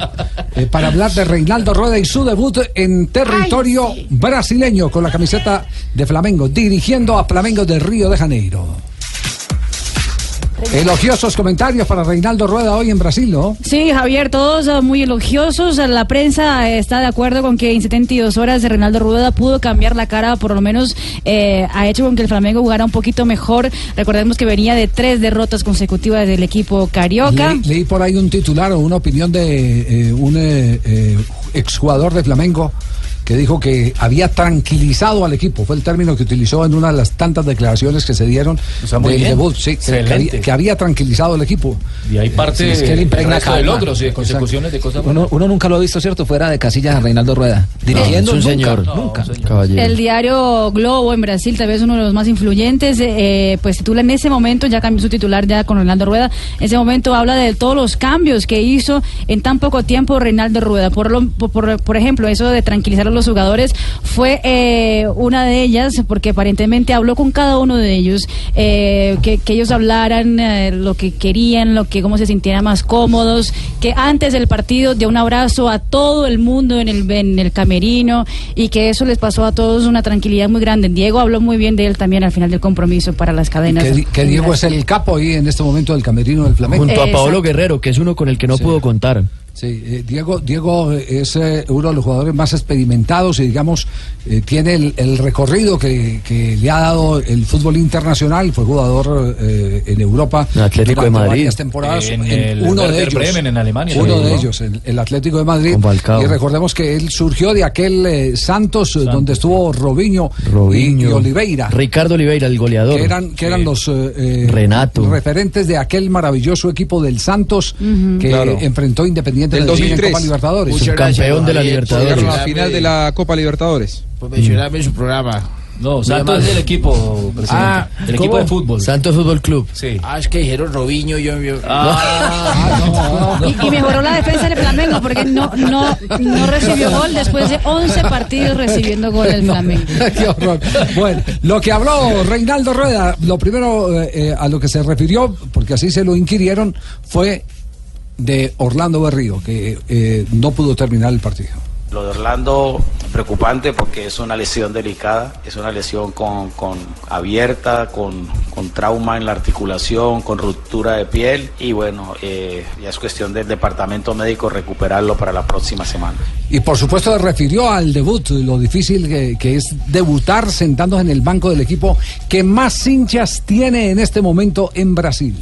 [SPEAKER 5] eh, para hablar de Reinaldo Rueda y su debut en territorio brasileño con la camiseta de Flamengo, dirigiendo a Flamengo de Río de Janeiro. Elogiosos comentarios para Reinaldo Rueda hoy en Brasil, ¿no?
[SPEAKER 6] Sí, Javier, todos eh, muy elogiosos. La prensa eh, está de acuerdo con que en 72 horas de Reinaldo Rueda pudo cambiar la cara, por lo menos eh, ha hecho con que el Flamengo jugara un poquito mejor. Recordemos que venía de tres derrotas consecutivas del equipo carioca.
[SPEAKER 5] Le- leí por ahí un titular o una opinión de eh, un eh, eh, exjugador de Flamengo que dijo que había tranquilizado al equipo, fue el término que utilizó en una de las tantas declaraciones que se dieron
[SPEAKER 10] sea, muy
[SPEAKER 5] del
[SPEAKER 10] bien.
[SPEAKER 5] debut, sí, que- que,
[SPEAKER 10] Excelente.
[SPEAKER 5] había, que había tranquilizado al equipo.
[SPEAKER 10] Y hay parte
[SPEAKER 5] Sí, es que él
[SPEAKER 10] del
[SPEAKER 5] impregna
[SPEAKER 10] resto de
[SPEAKER 5] calma.
[SPEAKER 10] logros y de consecuciones de cosas
[SPEAKER 18] Uno, uno nunca lo ha visto, ¿cierto? Fuera de casillas a Reinaldo Rueda. Dirigiendo
[SPEAKER 10] es un
[SPEAKER 18] nunca,
[SPEAKER 10] señor. No,
[SPEAKER 18] nunca.
[SPEAKER 6] El diario Globo en Brasil, tal vez uno de los más influyentes, eh, pues titula en ese momento, ya cambió su titular ya con Reinaldo Rueda, en ese momento habla de todos los cambios que hizo en tan poco tiempo Reinaldo Rueda. Por, lo- por, por ejemplo, eso de tranquilizar a los jugadores fue eh, una de ellas, porque aparentemente habló con cada uno de ellos, eh, que, que ellos hablaran eh, lo que querían, lo que cómo se sintieran más cómodos, que antes del partido dio un abrazo a todo el mundo en el, en el camerino y que eso les pasó a todos una tranquilidad muy grande. Diego habló muy bien de él también al final del compromiso para las cadenas.
[SPEAKER 5] Que, Di- que
[SPEAKER 6] en
[SPEAKER 5] Diego es
[SPEAKER 6] Brasil.
[SPEAKER 5] el capo ahí en este momento del camerino del Flamengo.
[SPEAKER 6] Junto a Paolo Exacto.
[SPEAKER 5] Guerrero, que es uno con el que
[SPEAKER 19] no pudo
[SPEAKER 5] contar. Sí, eh, Diego, Diego eh, es eh, uno de los jugadores más experimentados y digamos eh, tiene el, el recorrido que, que le ha dado el fútbol internacional. Fue jugador eh, en Europa
[SPEAKER 19] Atlético de
[SPEAKER 5] durante
[SPEAKER 19] Madrid.
[SPEAKER 5] varias temporadas.
[SPEAKER 19] En
[SPEAKER 5] en
[SPEAKER 19] el
[SPEAKER 5] uno de
[SPEAKER 19] Werder
[SPEAKER 5] ellos,
[SPEAKER 19] Bremen, en Alemania.
[SPEAKER 5] uno
[SPEAKER 19] Sí,
[SPEAKER 5] de
[SPEAKER 19] ¿no?
[SPEAKER 5] ellos, el, el Atlético de Madrid.
[SPEAKER 19] Falcao.
[SPEAKER 5] Y recordemos que él surgió de aquel eh, Santos, eh, donde estuvo Robinho, y-
[SPEAKER 19] Robinho.
[SPEAKER 5] y Oliveira.
[SPEAKER 19] Ricardo Oliveira, el goleador.
[SPEAKER 5] Que eran, que eran los eh, eh,
[SPEAKER 19] Renato.
[SPEAKER 5] referentes de aquel maravilloso equipo del Santos
[SPEAKER 19] Ujú.
[SPEAKER 5] que
[SPEAKER 19] Claro.
[SPEAKER 5] enfrentó Independiente
[SPEAKER 13] Del
[SPEAKER 5] del Medellín
[SPEAKER 13] 2003.
[SPEAKER 5] en Copa Libertadores.
[SPEAKER 13] Muchas gracias, Subcampeón de la Javier. Libertadores. Llegaron a la final de
[SPEAKER 8] la
[SPEAKER 13] Copa Libertadores.
[SPEAKER 8] Pues mencioname su programa.
[SPEAKER 10] No, Santos es del equipo, presidente.
[SPEAKER 8] Ah,
[SPEAKER 10] el equipo
[SPEAKER 8] ¿cómo?
[SPEAKER 10] de fútbol.
[SPEAKER 19] Santos Fútbol Club.
[SPEAKER 10] Sí.
[SPEAKER 8] Ah, es que dijeron Robinho, yo... yo-
[SPEAKER 6] Y, y mejoró la defensa del Flamengo porque no, no, no recibió gol después de 11 partidos recibiendo gol el Flamengo.
[SPEAKER 5] Qué horror. Bueno, lo que habló Reinaldo Rueda, lo primero eh, eh, a lo que se refirió, porque así se lo inquirieron, fue de Orlando Berrío, que eh, no pudo terminar el partido.
[SPEAKER 20] Lo de Orlando, preocupante porque es una lesión delicada, es una lesión con, con- abierta, con, con trauma en la articulación, con ruptura de piel y bueno, eh, ya es cuestión del departamento médico recuperarlo para la próxima semana.
[SPEAKER 5] Y por supuesto se refirió al debut, lo difícil que, que es debutar sentándose en el banco del equipo que más hinchas tiene en este momento en Brasil.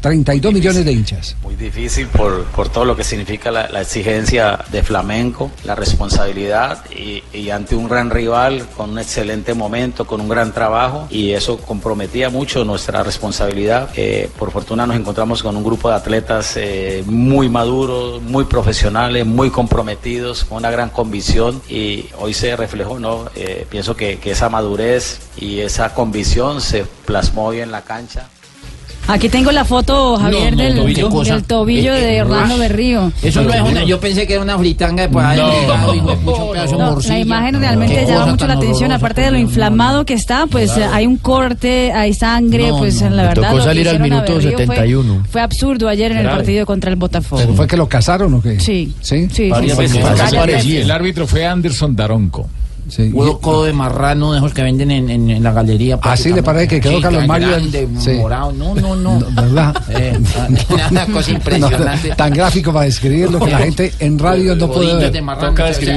[SPEAKER 5] 32 millones de hinchas.
[SPEAKER 20] Muy difícil por, por todo lo que significa la, la exigencia de Flamenco, la responsabilidad y, y ante un gran rival con un excelente momento, con un gran trabajo y eso comprometía mucho nuestra responsabilidad. Eh, por fortuna nos encontramos con un grupo de atletas eh, muy maduros, muy profesionales, muy comprometidos, con una gran convicción y hoy se reflejó, ¿no? Eh, pienso que, que esa madurez y esa convicción se plasmó hoy en la cancha.
[SPEAKER 6] Aquí tengo la foto, Javier,
[SPEAKER 20] No, no,
[SPEAKER 6] del,
[SPEAKER 20] ¿tobillo?
[SPEAKER 6] del
[SPEAKER 20] ¿Qué cosa?
[SPEAKER 6] tobillo
[SPEAKER 20] Eh, eh,
[SPEAKER 6] de Orlando
[SPEAKER 20] ah,
[SPEAKER 6] Berrío.
[SPEAKER 8] Eso no es una... Yo pensé que era una fritanga de por ahí. No,
[SPEAKER 6] No, la imagen realmente
[SPEAKER 8] Qué
[SPEAKER 6] llama
[SPEAKER 8] cosa
[SPEAKER 6] mucho
[SPEAKER 8] tan
[SPEAKER 6] la atención,
[SPEAKER 8] horrorosa,
[SPEAKER 6] aparte de lo inflamado que está, pues eh, hay un corte, hay sangre,
[SPEAKER 19] No,
[SPEAKER 6] pues
[SPEAKER 19] no,
[SPEAKER 6] la
[SPEAKER 19] le
[SPEAKER 6] verdad.
[SPEAKER 19] tocó
[SPEAKER 6] lo que
[SPEAKER 19] salir al
[SPEAKER 6] hicieron a
[SPEAKER 19] minuto
[SPEAKER 6] Berrío fue-
[SPEAKER 19] 71.
[SPEAKER 6] Fue, absurdo ayer en el
[SPEAKER 19] Grave.
[SPEAKER 6] partido contra el Botafogo.
[SPEAKER 5] ¿Pero fue que lo casaron o qué?
[SPEAKER 6] Sí.
[SPEAKER 5] Sí.
[SPEAKER 6] Sí,
[SPEAKER 9] Varias
[SPEAKER 6] sí, sí.
[SPEAKER 9] veces.
[SPEAKER 6] Varias
[SPEAKER 9] Varias
[SPEAKER 6] veces.
[SPEAKER 9] veces. El árbitro fue Anderson Daronco.
[SPEAKER 8] Huevo codo de marrano de esos que venden en, en- en la galería.
[SPEAKER 5] Ah,
[SPEAKER 9] Así le parece que quedó Carlos Mario en-
[SPEAKER 8] Grande,
[SPEAKER 9] sí.
[SPEAKER 8] morado. No, no, no.
[SPEAKER 5] ¿Verdad?
[SPEAKER 8] Eh, una cosa impresionante.
[SPEAKER 5] No, tan gráfico para describir lo que la gente en radio no puede
[SPEAKER 8] Rodillas
[SPEAKER 5] ver.
[SPEAKER 8] de marrano. Has comido,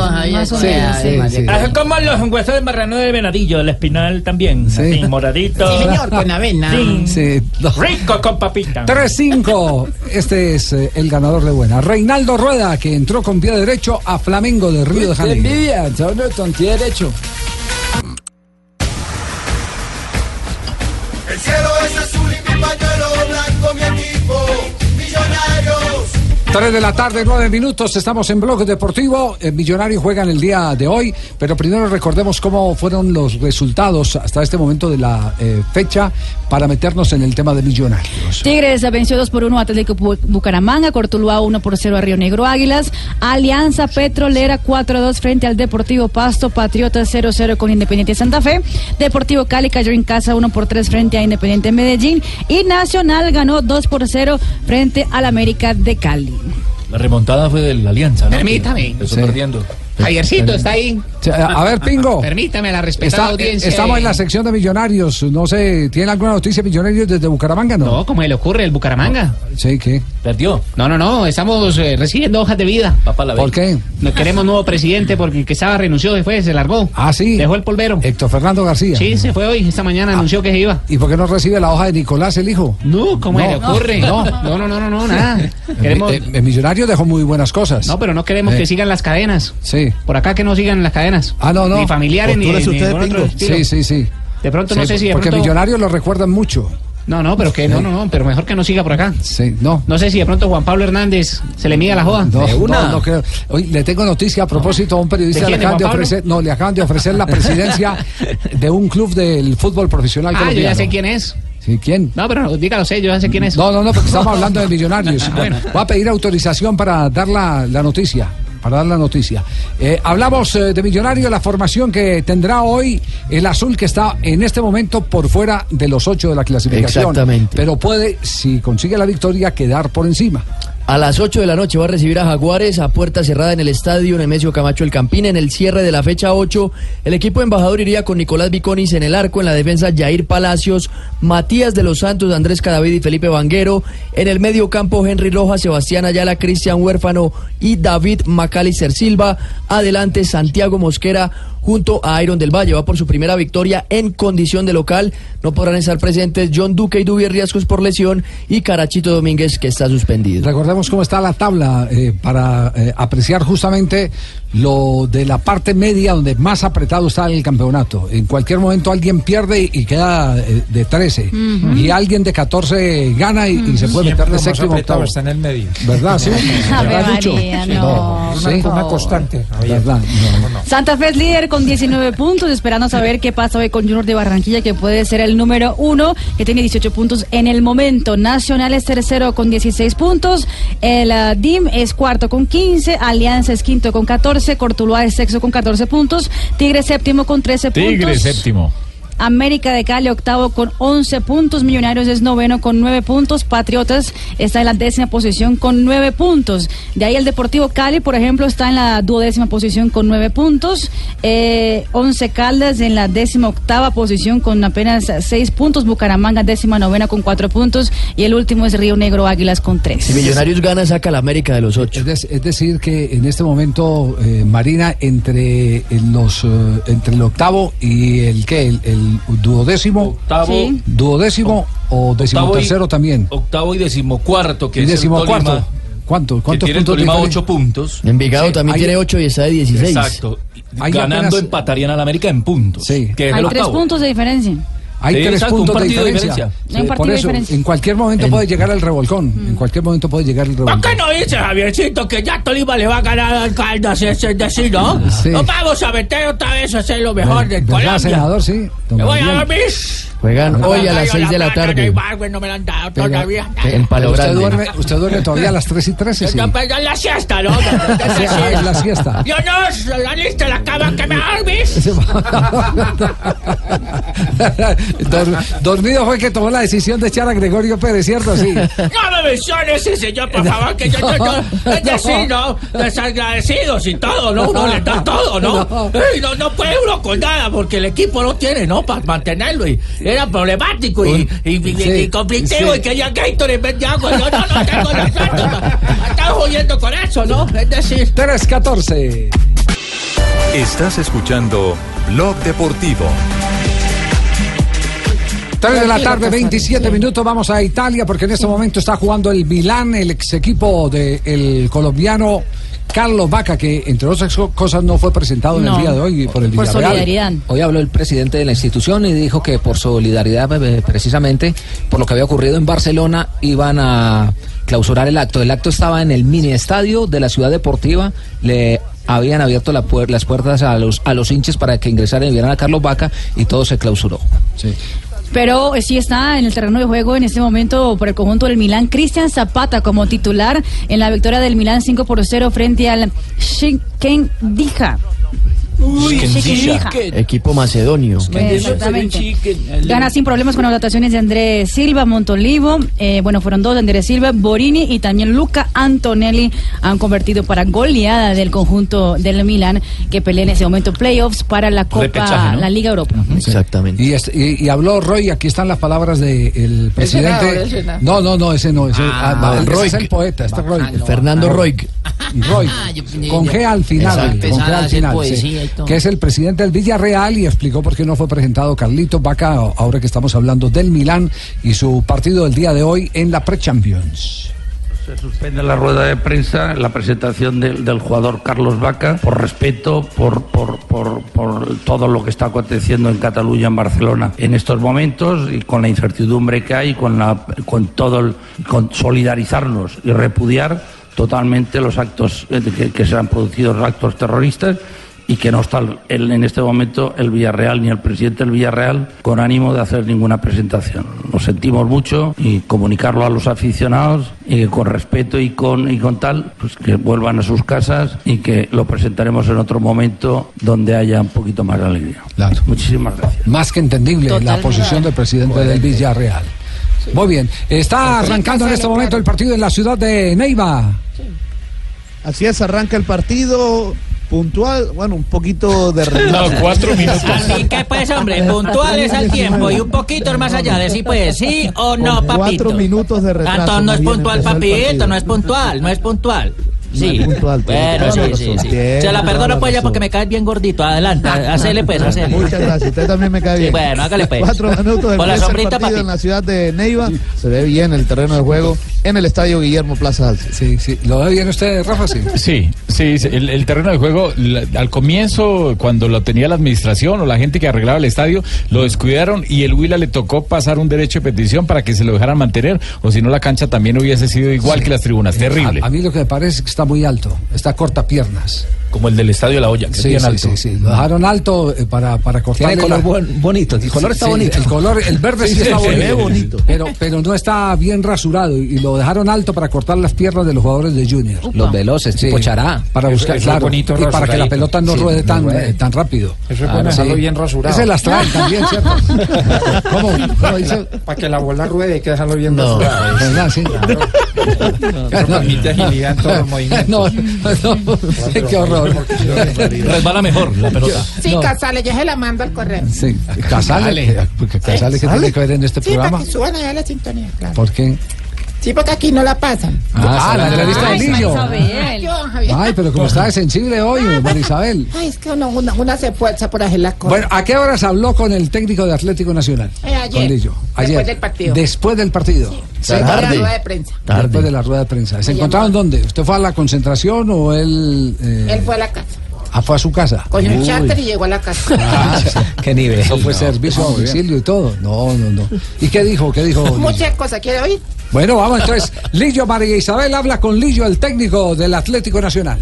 [SPEAKER 8] Javier,
[SPEAKER 5] Sí,
[SPEAKER 8] con-
[SPEAKER 5] sí,
[SPEAKER 8] eh,
[SPEAKER 5] sí,
[SPEAKER 8] eh,
[SPEAKER 5] sí.
[SPEAKER 21] Ah, como los huesos de marrano de venadillo, el espinal también, así, moradito.
[SPEAKER 5] Sí, señor, con avena.
[SPEAKER 21] Sí.
[SPEAKER 5] Sí.
[SPEAKER 21] Rico con papita.
[SPEAKER 5] 3-5. Este es eh, el ganador de buena. Reinaldo Rueda, que entró con pie derecho a Flamengo de Río de Janeiro.
[SPEAKER 18] envidia! Yo no tonteé derecho.
[SPEAKER 22] El cielo
[SPEAKER 5] 3 de la tarde, 9 minutos, estamos en Blog Deportivo. Eh, Millonarios juegan el día de hoy, pero primero recordemos cómo fueron los resultados hasta este momento de la eh, fecha para meternos en el tema de Millonarios.
[SPEAKER 6] Tigres venció 2 por 1 a Atlético Bu- Bucaramanga, Cortuluá 1 por 0 a Río Negro Águilas, Alianza Petrolera 4 a 2 frente al Deportivo Pasto, Patriotas 0 0 con Independiente Santa Fe, Deportivo Cali cayó en casa 1 por 3 frente a Independiente Medellín y Nacional ganó 2 por 0 frente al América de Cali.
[SPEAKER 8] La remontada fue de la Alianza, ¿no?
[SPEAKER 7] Permítame.
[SPEAKER 8] Empezó
[SPEAKER 7] Sí.
[SPEAKER 8] perdiendo. Eh,
[SPEAKER 7] Javiercito, está ahí.
[SPEAKER 5] A ver, Pingo.
[SPEAKER 7] Permítame la respetada
[SPEAKER 5] Está- eh,
[SPEAKER 7] audiencia. eh.
[SPEAKER 5] estamos en la sección de Millonarios, no sé, ¿tiene alguna noticia de Millonarios desde Bucaramanga? No, Ah,
[SPEAKER 7] no ¿cómo le ocurre el Bucaramanga?
[SPEAKER 5] Sí, ¿qué?
[SPEAKER 7] ¿Perdió? No, no, no, estamos eh, recibiendo hojas de vida.
[SPEAKER 5] ¿Por qué?
[SPEAKER 7] No queremos nuevo presidente porque el que estaba renunció después, se largó.
[SPEAKER 5] Ah, sí.
[SPEAKER 7] Dejó el polvero.
[SPEAKER 5] Héctor Fernando García. Ah.
[SPEAKER 7] Sí, se fue hoy, esta mañana anunció que se iba.
[SPEAKER 5] ¿Y por qué no recibe la hoja de Nicolás, el hijo?
[SPEAKER 7] No, ¿Cómo le ocurre?
[SPEAKER 5] No,
[SPEAKER 7] no, no, no, no, no, nada. Queremos-
[SPEAKER 5] Eh, eh, Millonarios dejó muy buenas cosas.
[SPEAKER 7] No, pero no queremos
[SPEAKER 5] Eh.
[SPEAKER 7] que sigan las cadenas.
[SPEAKER 5] Sí.
[SPEAKER 7] Por acá que no sigan las cadenas.
[SPEAKER 5] Ah, no, no.
[SPEAKER 7] Ni familiares ni,
[SPEAKER 5] Postúrese
[SPEAKER 7] ni
[SPEAKER 5] usted,
[SPEAKER 7] ningún otro
[SPEAKER 5] Pingo.
[SPEAKER 7] estilo.
[SPEAKER 5] Sí, sí, sí.
[SPEAKER 7] De pronto no
[SPEAKER 5] Sí,
[SPEAKER 7] sé si de
[SPEAKER 5] Porque
[SPEAKER 7] pronto...
[SPEAKER 5] Millonarios lo recuerdan mucho.
[SPEAKER 7] No, no, pero que no, no, no, pero mejor que no siga por acá.
[SPEAKER 5] Sí, no.
[SPEAKER 7] No sé si de pronto Juan Pablo Hernández se le mida la joda.
[SPEAKER 5] No, no, no creo. Oye, le tengo noticia a propósito a un periodista
[SPEAKER 7] ¿De
[SPEAKER 5] le
[SPEAKER 7] quién, de
[SPEAKER 5] acaban de
[SPEAKER 7] Juan Pablo?
[SPEAKER 5] ofrecer, no, le acaban de ofrecer la presidencia de un club del fútbol profesional
[SPEAKER 7] Ah, yo
[SPEAKER 5] colombiano.
[SPEAKER 7] ya sé quién es.
[SPEAKER 5] Sí, ¿quién?
[SPEAKER 7] No, pero no, dígalo sé, yo ya sé quién es.
[SPEAKER 5] No, no, no, porque estamos hablando de millonarios.
[SPEAKER 7] Bueno.
[SPEAKER 5] Voy a pedir autorización para dar la, la noticia. Para dar la noticia. Eh, hablamos eh, de Millonarios, la formación que tendrá hoy el azul que está en este momento por fuera de los ocho de la clasificación.
[SPEAKER 19] Exactamente.
[SPEAKER 5] Pero puede, si consigue la victoria, quedar por encima.
[SPEAKER 19] A las 8 de la noche va a recibir a Jaguares a puerta cerrada en el estadio Nemesio Camacho El Campín. En el cierre de la fecha 8, el equipo embajador iría con Nicolás Viconis en el arco, en la defensa Jair Palacios, Matías de los Santos, Andrés Cadavid y Felipe Vanguero. En el medio campo, Henry Rojas, Sebastián Ayala, Cristian Huérfano y David Macalister Silva. Adelante, Santiago Mosquera junto a Iron del Valle. Va por su primera victoria en condición de local. No podrán estar presentes John Duque y Dubier Riascos por lesión y Carachito Domínguez que está suspendido.
[SPEAKER 5] Recordemos cómo está la tabla eh, para eh, apreciar justamente lo de la parte media donde más apretado está el campeonato. En cualquier momento alguien pierde y queda eh, de 13.
[SPEAKER 2] Ujú.
[SPEAKER 5] Y alguien de 14 gana y, y se puede meter de séptimo a octavo.
[SPEAKER 23] está en el medio.
[SPEAKER 5] ¿Verdad? Sí. ¿Verdad,
[SPEAKER 6] María,
[SPEAKER 5] Lucho?
[SPEAKER 6] no,
[SPEAKER 23] Una-
[SPEAKER 5] Sí.
[SPEAKER 23] Una constante.
[SPEAKER 5] ¿Verdad? No.
[SPEAKER 6] Santa Fe es líder con 19 puntos, esperando saber qué pasa hoy con Junior de Barranquilla, que puede ser el número uno, que tiene 18 puntos en el momento. Nacional es tercero con 16 puntos, el ah, DIM es cuarto con 15, Alianza es quinto con 14, Cortuluá es sexto con 14 puntos, Tigre es séptimo con 13
[SPEAKER 9] Tigre
[SPEAKER 6] puntos.
[SPEAKER 9] séptimo.
[SPEAKER 6] América de Cali octavo con 11 puntos, Millonarios es noveno con 9 puntos, Patriotas está en la décima posición con 9 puntos. De ahí el Deportivo Cali, por ejemplo, está en la duodécima posición con 9 puntos, eh, Once Caldas en la décima octava posición con apenas 6 puntos, Bucaramanga décima novena con 4 puntos y el último es Río Negro Águilas con 3.
[SPEAKER 19] Si Millonarios gana, saca a la América de los ocho.
[SPEAKER 5] Es, dec- es decir, que en este momento, eh, Marina, entre el, los, eh, entre el octavo y el qué, el, el duodécimo,
[SPEAKER 24] Octavo. Sí.
[SPEAKER 5] duodécimo o decimotercero
[SPEAKER 24] y-
[SPEAKER 5] también.
[SPEAKER 24] Octavo y decimocuarto, que
[SPEAKER 5] Y
[SPEAKER 24] es el
[SPEAKER 5] decimocuarto.
[SPEAKER 24] Tolima,
[SPEAKER 5] ¿Cuánto?
[SPEAKER 24] que
[SPEAKER 5] ¿Cuántos
[SPEAKER 24] tiene el
[SPEAKER 5] puntos
[SPEAKER 24] Tolima
[SPEAKER 5] diferen-
[SPEAKER 24] 8 puntos.
[SPEAKER 19] Envigado
[SPEAKER 5] Sí,
[SPEAKER 19] también
[SPEAKER 5] hay-
[SPEAKER 19] tiene 8 y está de 16.
[SPEAKER 24] Exacto.
[SPEAKER 5] Hay
[SPEAKER 24] Ganando
[SPEAKER 5] apenas-
[SPEAKER 24] empatarían al América en puntos. Que es
[SPEAKER 6] Hay
[SPEAKER 24] el
[SPEAKER 6] 3
[SPEAKER 24] octavo.
[SPEAKER 6] puntos de diferencia.
[SPEAKER 5] Hay
[SPEAKER 24] Sí,
[SPEAKER 5] tres
[SPEAKER 24] exacto, un
[SPEAKER 5] puntos de
[SPEAKER 24] partido de
[SPEAKER 5] diferencia.
[SPEAKER 24] diferencia.
[SPEAKER 5] Sí,
[SPEAKER 6] Hay un
[SPEAKER 5] por
[SPEAKER 6] partido de
[SPEAKER 5] eso,
[SPEAKER 6] diferencia. Mm.
[SPEAKER 5] en cualquier momento puede llegar el revolcón. En cualquier momento puede llegar el revolcón.
[SPEAKER 24] ¿Por qué no dice Javiercito que ya Tolima le va a ganar al Caldas? Ese es decir, ¿no?
[SPEAKER 5] Sí.
[SPEAKER 24] Nos vamos a meter otra vez a hacer lo mejor de
[SPEAKER 5] ¿Verdad,
[SPEAKER 24] Colombia.
[SPEAKER 5] senador? Sí. don
[SPEAKER 24] Me voy a
[SPEAKER 5] Gabriel.
[SPEAKER 24] dormir.
[SPEAKER 19] Juegan
[SPEAKER 5] Ojalá
[SPEAKER 19] hoy a las
[SPEAKER 5] yo
[SPEAKER 19] 6 de la
[SPEAKER 24] plata
[SPEAKER 19] tarde.
[SPEAKER 24] del Barber no me la han dado
[SPEAKER 19] Pega-
[SPEAKER 24] todavía.
[SPEAKER 19] pega- En Palo
[SPEAKER 5] usted
[SPEAKER 19] Grande.
[SPEAKER 5] duerme, usted duerme todavía a las 3 y 13, sí.
[SPEAKER 24] Ya pega la siesta, ¿no?
[SPEAKER 5] Sí, ah, es la siesta.
[SPEAKER 24] Yo no, ya lista la cama que me dormís.
[SPEAKER 5] Dor- dormido fue que tomó la decisión de echar a Gregorio Pérez, ¿cierto? Sí.
[SPEAKER 24] No me mencione ese señor, por favor, que yo, yo, yo- es decir, ¿no? Desagradecidos y todo, ¿no? Uno le da todo, ¿no? Ey, No, no puede uno con nada, porque el equipo no tiene, ¿no? Para mantenerlo, y era problemático y, y, y- y-
[SPEAKER 2] Sí,
[SPEAKER 24] y conflictivo,
[SPEAKER 2] sí.
[SPEAKER 24] y que ya Gator en vez de agua, yo no, no tengo la plata, pa- están jodiendo con eso, ¿no? Es decir...
[SPEAKER 5] 3-14.
[SPEAKER 1] Estás escuchando Blog Deportivo.
[SPEAKER 5] 3 de la tarde, 27 minutos, vamos a Italia porque en este momento está jugando el Milán, el ex equipo del colombiano Carlos Vaca, que entre otras co- cosas no fue presentado en
[SPEAKER 10] No.
[SPEAKER 5] el día de hoy por el
[SPEAKER 10] Por
[SPEAKER 5] Villarreal.
[SPEAKER 10] solidaridad. Hoy habló el presidente de la institución y dijo eh, que por solidaridad, eh, precisamente por lo que había ocurrido en Barcelona, iban a clausurar el acto. El acto estaba en el mini estadio de la ciudad deportiva. Le habían abierto la puer- las puertas a los, a los hinches para que ingresaran y vieran a Carlos Vaca y todo se clausuró.
[SPEAKER 6] Pero eh, sí está en el terreno de juego en este momento por el conjunto del Milán. Cristian Zapata como titular en la victoria del Milán 5 por 0 frente al Dija. Uy, Shkendija.
[SPEAKER 19] Equipo macedonio.
[SPEAKER 6] Exactamente. Gana sin problemas con las votaciones de Andrés Silva, Montolivo. eh, bueno, fueron dos: Andrés Silva, Borini y también Luca Antonelli han convertido para goleada del conjunto del Milán que pelea en ese momento playoffs para la Copa,
[SPEAKER 5] Repechaje, ¿no?
[SPEAKER 6] la Liga Europa.
[SPEAKER 19] Exactamente.
[SPEAKER 5] Y, este- y- y habló Roy, aquí están las palabras del
[SPEAKER 6] senador,
[SPEAKER 5] presidente.
[SPEAKER 6] el senador.
[SPEAKER 5] no, no, no, ese no. Ese,
[SPEAKER 19] Ah,
[SPEAKER 5] ah,
[SPEAKER 19] el
[SPEAKER 5] ese
[SPEAKER 19] Roig.
[SPEAKER 5] es el poeta, este Roig.
[SPEAKER 19] Fernando Roig.
[SPEAKER 5] Roig.
[SPEAKER 19] Ah,
[SPEAKER 5] Con G al
[SPEAKER 19] Exacto.
[SPEAKER 5] final. Con G al
[SPEAKER 19] Empezaba a hacer
[SPEAKER 5] final. sí,
[SPEAKER 19] poesía y todo.
[SPEAKER 5] que es el presidente del Villarreal y explicó por qué no fue presentado Carlitos Vaca ahora que estamos hablando del Milán y su partido del día de hoy en la Pre-Champions.
[SPEAKER 3] Se suspende la rueda de prensa, la presentación del, del jugador Carlos Vaca, por respeto, por, por, por, por todo lo que está aconteciendo en Cataluña, en Barcelona, en estos momentos y con la incertidumbre que hay, con, la, con todo, el- con solidarizarnos y repudiar totalmente los actos eh, que, que se han producido, los actos terroristas y que no está el- en este momento el Villarreal ni el presidente del Villarreal con ánimo de hacer ninguna presentación. Lo sentimos mucho y comunicarlo a los aficionados y que con respeto y con, y con tal, pues que vuelvan a sus casas y que lo presentaremos en otro momento donde haya un poquito más de alegría. Muchísimas gracias.
[SPEAKER 5] Más que entendible la posición del presidente del Villarreal. Muy bien, está arrancando en este momento el partido en la ciudad de Neiva.
[SPEAKER 14] Así es, arranca el partido puntual, bueno, un poquito de
[SPEAKER 2] No, cuatro minutos.
[SPEAKER 14] Así
[SPEAKER 24] que pues, hombre, puntuales al tiempo y un poquito más allá. Decir, pues, sí o no,
[SPEAKER 14] Con
[SPEAKER 24] papito.
[SPEAKER 14] Cuatro minutos de retraso.
[SPEAKER 24] Entonces no es
[SPEAKER 14] Bien,
[SPEAKER 24] puntual,
[SPEAKER 14] empezó el
[SPEAKER 24] papito,
[SPEAKER 14] partido.
[SPEAKER 24] no es puntual, no es puntual.
[SPEAKER 14] No
[SPEAKER 24] Sí.
[SPEAKER 14] es puntual, tiene
[SPEAKER 24] bueno,
[SPEAKER 14] toda la
[SPEAKER 24] sí, sí,
[SPEAKER 14] razón,
[SPEAKER 24] sí.
[SPEAKER 14] tiene
[SPEAKER 24] Se
[SPEAKER 14] toda
[SPEAKER 24] la
[SPEAKER 14] la
[SPEAKER 24] perdono pues ya
[SPEAKER 14] razón.
[SPEAKER 24] porque me caes bien gordito. Adelante, hacele pues, hacele.
[SPEAKER 14] Muchas gracias, usted también me cae bien.
[SPEAKER 24] bueno, hágale, pues.
[SPEAKER 14] Cuatro minutos de
[SPEAKER 24] Con
[SPEAKER 14] empieza
[SPEAKER 24] la
[SPEAKER 14] el
[SPEAKER 24] sombrita,
[SPEAKER 14] partido
[SPEAKER 24] papi.
[SPEAKER 14] en la ciudad de Neiva. Se ve bien el terreno de juego en el estadio Guillermo Plaza Alce.
[SPEAKER 5] Sí, sí. ¿Lo ve bien usted, Rafa? Sí.
[SPEAKER 9] Sí, sí, sí, el, el terreno de juego la- al comienzo cuando lo tenía la administración o la gente que arreglaba el estadio lo descuidaron y el Huila le tocó pasar un derecho de petición para que se lo dejaran mantener o si no la cancha también hubiese sido igual que las tribunas, terrible.
[SPEAKER 5] A, a mí lo que me parece es que está muy alto, está corta piernas.
[SPEAKER 8] Como el del Estadio La Olla, que es
[SPEAKER 5] Sí,
[SPEAKER 8] bien
[SPEAKER 5] sí,
[SPEAKER 8] alto.
[SPEAKER 5] sí, sí, lo dejaron alto eh, para, para cortar
[SPEAKER 8] Tiene color
[SPEAKER 5] bonito,
[SPEAKER 8] el color está bonito.
[SPEAKER 5] El color, el verde sí,
[SPEAKER 8] Sí,
[SPEAKER 5] está
[SPEAKER 8] se
[SPEAKER 5] bonito,
[SPEAKER 8] ve bonito.
[SPEAKER 5] Pero, pero no está bien rasurado y y lo dejaron alto para cortar las piernas de los jugadores de Junior.
[SPEAKER 10] Los veloces, tipo Chará.
[SPEAKER 5] Para
[SPEAKER 10] Eso-
[SPEAKER 5] buscar,
[SPEAKER 10] eso es
[SPEAKER 5] claro,
[SPEAKER 10] bonito
[SPEAKER 5] y para que la
[SPEAKER 10] rasuradito.
[SPEAKER 5] pelota no
[SPEAKER 10] Sí,
[SPEAKER 5] ruede
[SPEAKER 10] no
[SPEAKER 5] tan,
[SPEAKER 10] ruede.
[SPEAKER 5] eh, tan rápido.
[SPEAKER 10] Eso es
[SPEAKER 23] Ah,
[SPEAKER 10] bueno dejarlo bien rasurado.
[SPEAKER 5] Ese las trae también, ¿cierto? ¿Cómo?
[SPEAKER 23] No, dice, para que la bola ruede hay que dejarlo bien
[SPEAKER 5] No,
[SPEAKER 23] rasurado.
[SPEAKER 5] ¿verdad? Sí.
[SPEAKER 23] Eso permite agilidad en todos los movimientos.
[SPEAKER 5] No, no, qué horror.
[SPEAKER 8] Resbala mejor la pelota.
[SPEAKER 17] Sí,
[SPEAKER 5] No.
[SPEAKER 17] Casale, ya se la mando al correo.
[SPEAKER 5] Sí, Casale, que- porque Casale que tiene que ver en este
[SPEAKER 17] Sí,
[SPEAKER 5] programa.
[SPEAKER 17] para que suban allá la sintonía, claro.
[SPEAKER 5] ¿Por qué?
[SPEAKER 17] Sí, porque aquí no la pasan.
[SPEAKER 5] Ah, la entrevista del niño.
[SPEAKER 17] Ay, don Javier.
[SPEAKER 5] Ay, pero como está de sensible hoy,
[SPEAKER 17] Ah,
[SPEAKER 5] María Isabel.
[SPEAKER 17] Ay, es que uno, uno- una se esfuerza por hacer las cosas.
[SPEAKER 5] Bueno, ¿a qué horas habló con el técnico de Atlético Nacional?
[SPEAKER 17] Eh, ayer,
[SPEAKER 5] Con Lillo.
[SPEAKER 17] después del partido.
[SPEAKER 5] Después del partido.
[SPEAKER 17] Sí, para la rueda de prensa.
[SPEAKER 5] Después de la rueda de prensa. ¿Se encontraron dónde? ¿Usted fue a la concentración o él, eh,
[SPEAKER 17] Él fue a la casa.
[SPEAKER 5] ah, fue a su casa?
[SPEAKER 17] Cogió un
[SPEAKER 5] Uy.
[SPEAKER 17] charter y llegó a la casa.
[SPEAKER 5] Ah, ¿Qué nivel? Eso fue
[SPEAKER 10] No.
[SPEAKER 5] servicio a
[SPEAKER 10] Ah, muy bien.
[SPEAKER 5] domicilio y todo. No, no, no. ¿Y qué dijo? ¿Qué dijo? Lillo?
[SPEAKER 17] Muchas cosas. ¿Quiere oír?
[SPEAKER 5] Bueno, vamos entonces. Lillo María Isabel habla con Lillo, el técnico del Atlético Nacional.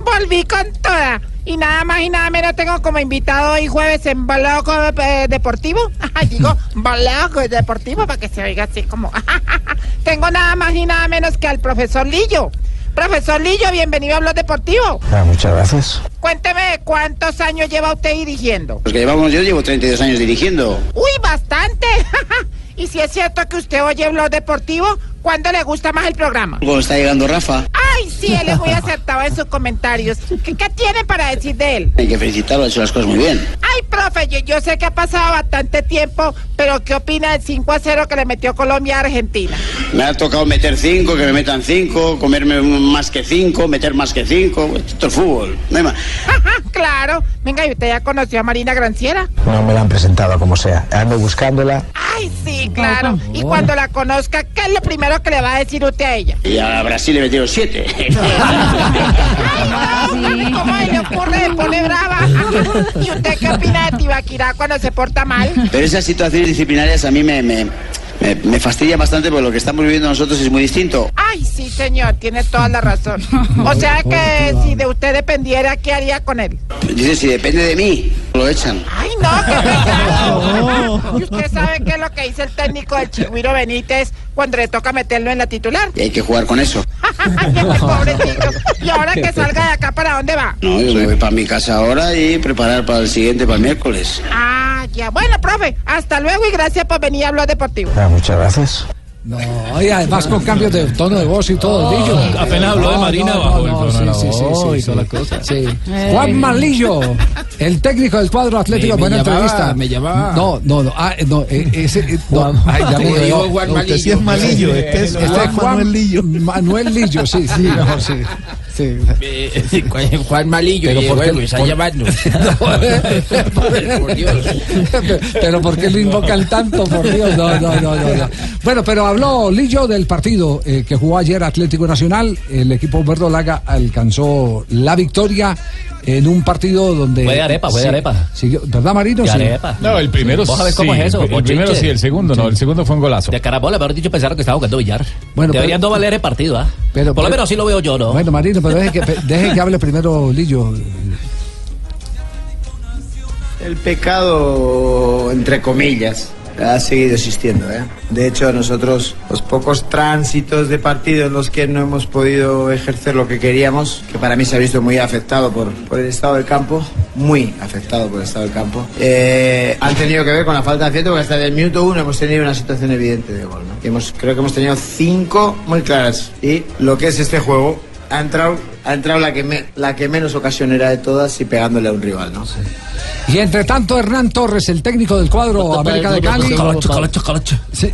[SPEAKER 17] Volví con toda. Y nada más y nada menos tengo como invitado hoy jueves en Baloco eh, Deportivo. Ajá, Digo, Baloco Deportivo para que se oiga así como. tengo nada más y nada menos que al profesor Lillo. Profesor Lillo, bienvenido a Blog Deportivo.
[SPEAKER 25] Ah, muchas gracias.
[SPEAKER 17] Cuénteme cuántos años lleva usted dirigiendo.
[SPEAKER 25] Los que llevamos, yo llevo 32 años dirigiendo.
[SPEAKER 17] Uy, bastante. y si es cierto que usted oye Blog Deportivo, ¿cuándo le gusta más el programa?
[SPEAKER 25] ¿Cómo está llegando Rafa?
[SPEAKER 17] Ay, sí, él es muy acertado en sus comentarios. ¿Qué, qué tiene para decir de él?
[SPEAKER 25] Hay que felicitarlo, ha hecho las cosas muy bien.
[SPEAKER 17] Ay, profe, yo, yo sé que ha pasado bastante tiempo, pero ¿qué opina del 5 a 0 que le metió Colombia a Argentina?
[SPEAKER 25] Me ha tocado meter 5, que me metan 5, comerme más que 5, meter más que 5. Esto es fútbol. No hay más.
[SPEAKER 17] claro. Venga, ¿y usted ya conoció a Marina Granciera?
[SPEAKER 25] No me la han presentado como sea. Ando buscándola.
[SPEAKER 17] Ay, sí, claro. Y cuando la conozca, ¿qué es lo primero que le va a decir usted a ella?
[SPEAKER 25] Y a Brasil le metieron 7.
[SPEAKER 17] ¿Cómo se le ocurre de pone brava? ¿Y usted qué opina de Tibaquirá cuando se porta mal?
[SPEAKER 25] Pero esas situaciones disciplinarias a mí me, me, me, me fastidia bastante porque lo que estamos viviendo nosotros es muy distinto.
[SPEAKER 17] Ay, sí, señor, tiene toda la razón. O sea que si de usted dependiera, ¿qué haría con él?
[SPEAKER 25] Dice, si depende de mí, lo echan.
[SPEAKER 17] Ay, no, qué pecado. Y usted sabe qué es lo que dice el técnico del Chihuiro Benítez cuando le toca meterlo en la titular.
[SPEAKER 25] Y hay que jugar con eso.
[SPEAKER 17] Ay, este pobrecito. Y ahora que salga de acá, ¿para dónde va?
[SPEAKER 25] No, yo me voy para mi casa ahora y preparar para el siguiente, para el miércoles.
[SPEAKER 17] Ah, ya. Bueno, profe, hasta luego y gracias por venir a hablar deportivo.
[SPEAKER 25] muchas gracias.
[SPEAKER 5] No, y además con cambios de tono de voz y todo, Lillo.
[SPEAKER 8] Ah, Apenas habló de Marina bajo el tono
[SPEAKER 5] sí, sí, sí, sí, sí. Sí.
[SPEAKER 8] Eh.
[SPEAKER 5] Juan Malillo, el técnico del cuadro
[SPEAKER 8] Me-
[SPEAKER 5] atlético,
[SPEAKER 8] me
[SPEAKER 5] buena
[SPEAKER 8] llamaba,
[SPEAKER 5] entrevista.
[SPEAKER 8] me llamaba.
[SPEAKER 5] No, no, no, ah, no, eh, ese, eh, no, ay, ya me
[SPEAKER 14] Te
[SPEAKER 5] dio-
[SPEAKER 14] digo Juan
[SPEAKER 5] no, usted sí
[SPEAKER 14] Malillo. Sí,
[SPEAKER 5] este es,
[SPEAKER 14] no,
[SPEAKER 5] este es
[SPEAKER 14] Juan
[SPEAKER 5] Juan Manuel Lillo. Manuel Lillo, sí, sí, mejor, sí. sí.
[SPEAKER 7] Juan Malillo,
[SPEAKER 5] Pero
[SPEAKER 7] y
[SPEAKER 5] ¿por qué-
[SPEAKER 7] bueno, me está
[SPEAKER 5] por-
[SPEAKER 7] llamando.
[SPEAKER 5] pero ¿por qué lo invocan tanto, por Dios? No, no, no, no, no. Bueno, pero habló Lillo del partido eh, que jugó ayer Atlético Nacional. El equipo verdolaga alcanzó la victoria en un partido donde...
[SPEAKER 9] Fue de arepa, fue de
[SPEAKER 5] Sí,
[SPEAKER 9] arepa.
[SPEAKER 5] sí, ¿Verdad, Marino?
[SPEAKER 9] De
[SPEAKER 5] Sí.
[SPEAKER 9] arepa. No, el primero
[SPEAKER 8] ¿Vos sabés cómo
[SPEAKER 9] sí,
[SPEAKER 8] es eso?
[SPEAKER 9] el
[SPEAKER 8] bochinche?
[SPEAKER 9] primero sí, el segundo no, el segundo fue un golazo.
[SPEAKER 8] De carabola, mejor dicho, pensaron que estaba jugando billar.
[SPEAKER 5] Bueno,
[SPEAKER 8] Deberían
[SPEAKER 5] pero-
[SPEAKER 8] no valer el partido, ¿ah?
[SPEAKER 5] Pero-
[SPEAKER 8] Por lo
[SPEAKER 5] pero-
[SPEAKER 8] menos así lo veo yo, ¿no?
[SPEAKER 5] Bueno, Marino, pero deje que, pe- deje que hable primero Lillo.
[SPEAKER 4] El pecado, entre comillas, ha seguido existiendo. ¿eh? De hecho, nosotros, los pocos tránsitos de partido en los que no hemos podido ejercer lo que queríamos, que para mí se ha visto muy afectado por, por el estado del campo, muy afectado por el estado del campo, eh, han tenido que ver con la falta de acierto, porque hasta el minuto uno hemos tenido una situación evidente de gol. ¿no? Que hemos, creo que hemos tenido cinco muy claras. Y lo que es este juego, ha entrado, ha entrado la, que me- la que menos ocasión era de todas y pegándole a un rival. ¿no?
[SPEAKER 5] Y entre tanto, Hernán Torres, el técnico del cuadro América de Cali. Sí.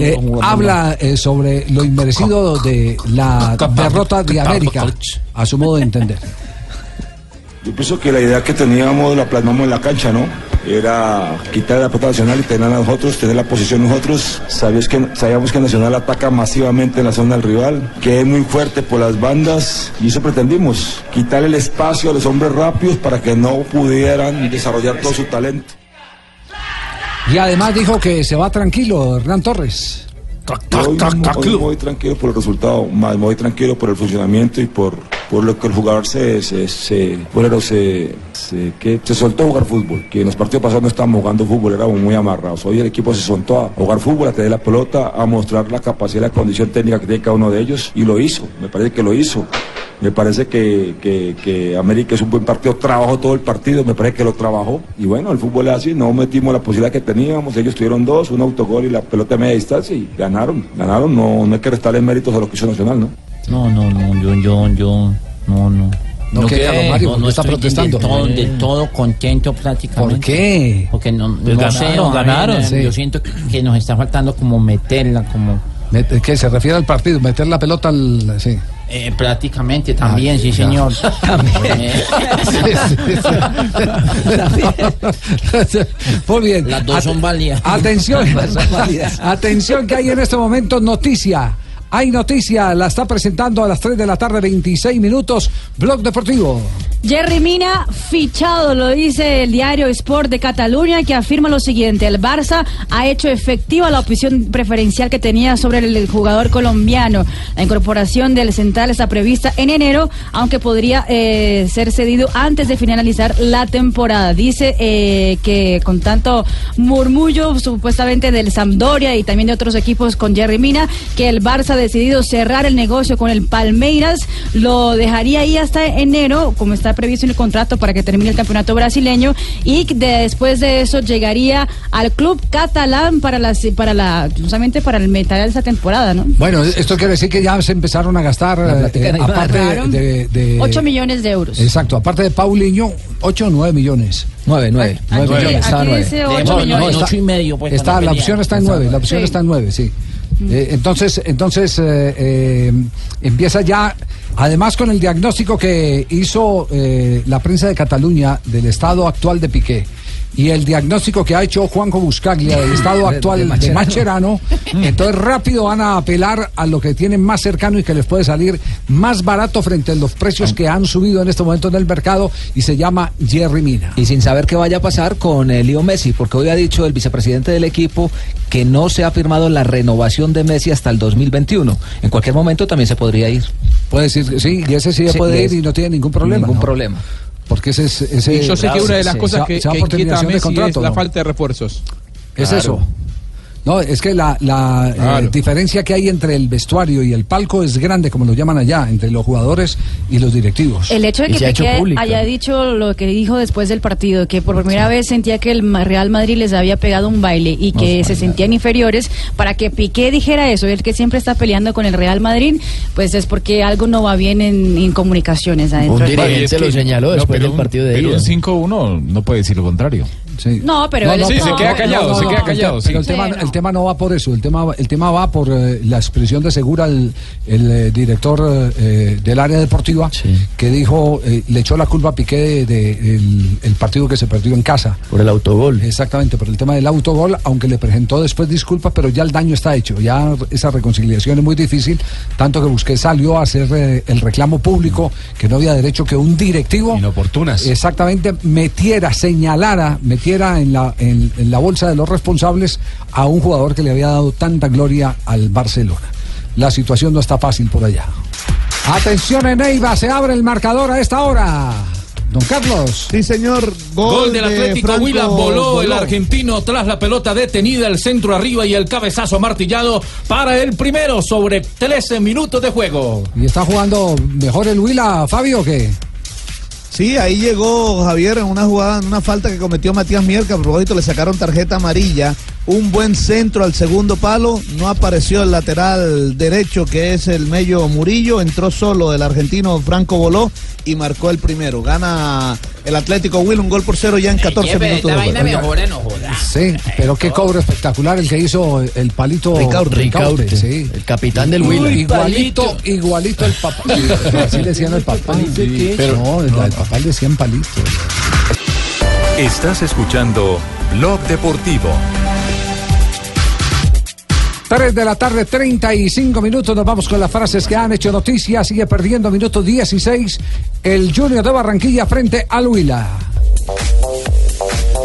[SPEAKER 5] Eh, habla eh, sobre lo inmerecido de la derrota de América, a su modo de entender.
[SPEAKER 11] Yo pienso que la idea que teníamos la plasmamos en la cancha, ¿no? Era quitar la pelota a Nacional y tener a nosotros, tener la posición nosotros. Sabías que, sabíamos que Nacional ataca masivamente en la zona del rival, que es muy fuerte por las bandas y eso pretendimos, quitar el espacio a los hombres rápidos para que no pudieran desarrollar todo su talento.
[SPEAKER 5] Y además dijo que se va tranquilo, Hernán Torres.
[SPEAKER 11] Hoy, hoy me voy tranquilo por el resultado, más me voy tranquilo por el funcionamiento y por, por lo que el jugador se, se, se, bueno, se, se- que se soltó a jugar fútbol, que en los partidos pasados no estábamos jugando fútbol, éramos muy amarrados. Hoy el equipo se soltó a jugar fútbol, a tener la pelota, a mostrar la capacidad y la condición técnica que tiene cada uno de ellos y lo hizo, me parece que lo hizo. Me parece que, que- que América es un buen partido, trabajó todo el partido, me parece que lo trabajó. Y bueno, el fútbol es así, no metimos la posibilidad que teníamos, ellos tuvieron dos, un autogol y la pelota a media distancia y ganaron, ganaron, no, no hay que restarle méritos a lo que hizo Nacional, ¿no?
[SPEAKER 26] No, no, no, yo, yo, yo, no, no.
[SPEAKER 5] No, ¿qué, Carlos Mario? ¿Por qué está
[SPEAKER 26] estoy
[SPEAKER 5] protestando?
[SPEAKER 26] De todo, de
[SPEAKER 5] Eh.
[SPEAKER 26] todo contento prácticamente.
[SPEAKER 5] ¿Por qué?
[SPEAKER 26] Porque no, no
[SPEAKER 5] Pues
[SPEAKER 26] sé,
[SPEAKER 5] ganaron,
[SPEAKER 26] ojalá,
[SPEAKER 5] ganaron, sí.
[SPEAKER 26] Yo siento que, que nos está faltando como meterla, como
[SPEAKER 5] Met- ¿Qué se refiere al partido? Meter la pelota al. Sí.
[SPEAKER 26] eh, prácticamente también, sí,
[SPEAKER 5] ya.
[SPEAKER 26] señor. Eh,
[SPEAKER 5] Muy bien.
[SPEAKER 26] Las dos son válidas.
[SPEAKER 5] Atención,
[SPEAKER 26] Las dos son válidas.
[SPEAKER 5] atención que hay en este momento noticia. Hay noticia, la está presentando a las 3 de la tarde, 26 minutos, Blog Deportivo.
[SPEAKER 6] Jerry Mina fichado, lo dice el diario Sport de Cataluña, que afirma lo siguiente: el Barça ha hecho efectiva la opción preferencial que tenía sobre el jugador colombiano. La incorporación del central está prevista en enero, aunque podría eh, ser cedido antes de finalizar la temporada. Dice eh, que con tanto murmullo supuestamente del Sampdoria y también de otros equipos con Jerry Mina, que el Barça ha decidido cerrar el negocio con el Palmeiras, lo dejaría ahí hasta enero, como está previsto en el contrato para que termine el campeonato brasileño, y que de- después de eso llegaría al club catalán para la, para la, justamente para el metal de esa temporada, ¿no?
[SPEAKER 5] Bueno, esto quiere decir que ya se empezaron a gastar, eh,
[SPEAKER 6] de
[SPEAKER 5] aparte
[SPEAKER 6] Ibarra.
[SPEAKER 5] de, de-
[SPEAKER 6] 8 millones de euros.
[SPEAKER 5] Exacto, aparte de Paulinho, 8 o 9 millones. 9, 9.
[SPEAKER 6] Aquí- aquí dice ocho millones. Ocho y medio, pues,
[SPEAKER 5] está,
[SPEAKER 6] cuando
[SPEAKER 5] la
[SPEAKER 6] venía.
[SPEAKER 5] opción está en
[SPEAKER 6] Exacto.
[SPEAKER 5] 9, la opción
[SPEAKER 6] Sí. Mm.
[SPEAKER 5] está en 9, sí. Eh, entonces, entonces eh, eh, empieza ya, además con el diagnóstico que hizo eh, la prensa de Cataluña del estado actual de Piqué, y el diagnóstico que ha hecho Juanjo Buscaglia del estado
[SPEAKER 10] De- Mm. de
[SPEAKER 5] actual de Macherano.
[SPEAKER 10] Mascherano.
[SPEAKER 5] entonces rápido van a apelar a lo que tienen más cercano y que les puede salir más barato frente a los precios que han subido en este momento en el mercado y se llama Jerry Mina.
[SPEAKER 10] Y sin saber qué vaya a pasar con el Leo Messi, porque hoy ha dicho el vicepresidente del equipo que no se ha firmado la renovación de Messi hasta el 2021. En cualquier momento también se podría ir.
[SPEAKER 5] Puede decir, sí, y ese sí ya puede ir y no tiene ningún problema.
[SPEAKER 10] Ningún
[SPEAKER 5] ¿no?
[SPEAKER 10] problema.
[SPEAKER 5] Porque ese es... Ese,
[SPEAKER 13] Y yo sé que una de las
[SPEAKER 5] se-
[SPEAKER 13] cosas
[SPEAKER 5] se-
[SPEAKER 13] que,
[SPEAKER 5] se va
[SPEAKER 13] que
[SPEAKER 5] por
[SPEAKER 13] inquieta a
[SPEAKER 5] terminación de
[SPEAKER 13] Messi
[SPEAKER 5] contrato,
[SPEAKER 13] es la
[SPEAKER 5] ¿no?
[SPEAKER 13] falta de refuerzos.
[SPEAKER 5] Es
[SPEAKER 13] Claro.
[SPEAKER 5] eso. No, es que la, la, eh,
[SPEAKER 13] Claro.
[SPEAKER 5] diferencia que hay entre el vestuario y el palco es grande, como lo llaman allá, entre los jugadores y los directivos.
[SPEAKER 6] El hecho de que Piqué haya dicho lo que dijo después del partido, que por primera vez sentía que el Ma- Real Madrid les había pegado un baile y que se sentían inferiores, para que Piqué dijera eso, el que siempre está peleando con el Real Madrid, pues es porque algo no va bien en, en comunicaciones adentro. del-
[SPEAKER 9] Y pues, es
[SPEAKER 19] lo
[SPEAKER 9] que-
[SPEAKER 19] señaló después
[SPEAKER 9] pero
[SPEAKER 19] del
[SPEAKER 9] un-
[SPEAKER 19] partido de
[SPEAKER 9] Pero
[SPEAKER 19] ida.
[SPEAKER 9] un 5-1 no puede decir lo contrario.
[SPEAKER 6] No, pero él
[SPEAKER 9] sí,
[SPEAKER 6] estaba-
[SPEAKER 9] se queda callado,
[SPEAKER 5] No, no,
[SPEAKER 9] se
[SPEAKER 5] no,
[SPEAKER 9] queda
[SPEAKER 5] el te-
[SPEAKER 9] callado. sí.
[SPEAKER 5] pero el, tema, el tema no va por eso, el tema, el tema va por eh, la expresión de Segura, el, el, eh, director eh, eh, del área deportiva, que dijo, eh, le echó la culpa a Piqué del de, el- el partido que se perdió en casa.
[SPEAKER 19] Por el autogol.
[SPEAKER 5] Exactamente, por el tema del autogol, aunque le presentó después disculpas, pero ya el daño está hecho, ya esa reconciliación es muy difícil, tanto que Busqué salió a hacer eh, el reclamo público, que no había derecho que un directivo... Inoportunas. Exactamente, metiera, señalara, metiera en la, en, en la bolsa de los responsables a un jugador que le había dado tanta gloria al Barcelona. La situación no está fácil por allá. Atención en Neiva, se abre el marcador a esta hora. Don Carlos.
[SPEAKER 14] Sí, señor.
[SPEAKER 23] Gol del Atlético
[SPEAKER 14] Franco
[SPEAKER 23] Huila, voló, el
[SPEAKER 14] Boló.
[SPEAKER 23] argentino tras la pelota detenida, el centro arriba y el cabezazo martillado para el primero sobre 13 minutos de juego.
[SPEAKER 5] ¿Y está jugando mejor el Huila, Fabio, o qué?
[SPEAKER 14] Sí, ahí llegó Javier en una jugada, en una falta que cometió Matías Mierca. A propósito, le sacaron tarjeta amarilla. Un buen centro al segundo palo. No apareció el lateral derecho, que es el Mello Murillo. Entró solo el argentino Franco Boló y marcó el primero. Gana el Atlético Will un gol por cero ya en 14
[SPEAKER 7] Jefe,
[SPEAKER 14] minutos.
[SPEAKER 7] esta
[SPEAKER 14] de
[SPEAKER 7] vaina
[SPEAKER 14] juego.
[SPEAKER 7] mejora, no joda.
[SPEAKER 5] Sí, pero qué cobro espectacular el que hizo el palito
[SPEAKER 14] Ricaurte.
[SPEAKER 19] Ricaurte,
[SPEAKER 5] sí.
[SPEAKER 19] El capitán del Huila.
[SPEAKER 5] igualito, igualito el papá. Así le decían al papá. Sí,
[SPEAKER 1] pero-
[SPEAKER 5] no, el, al papá le decían palito.
[SPEAKER 1] Estás escuchando Blog Deportivo.
[SPEAKER 5] 3 de la tarde, 35 minutos. Nos vamos con las frases que han hecho noticia. Sigue perdiendo minuto 16. El Junior de Barranquilla frente al Huila.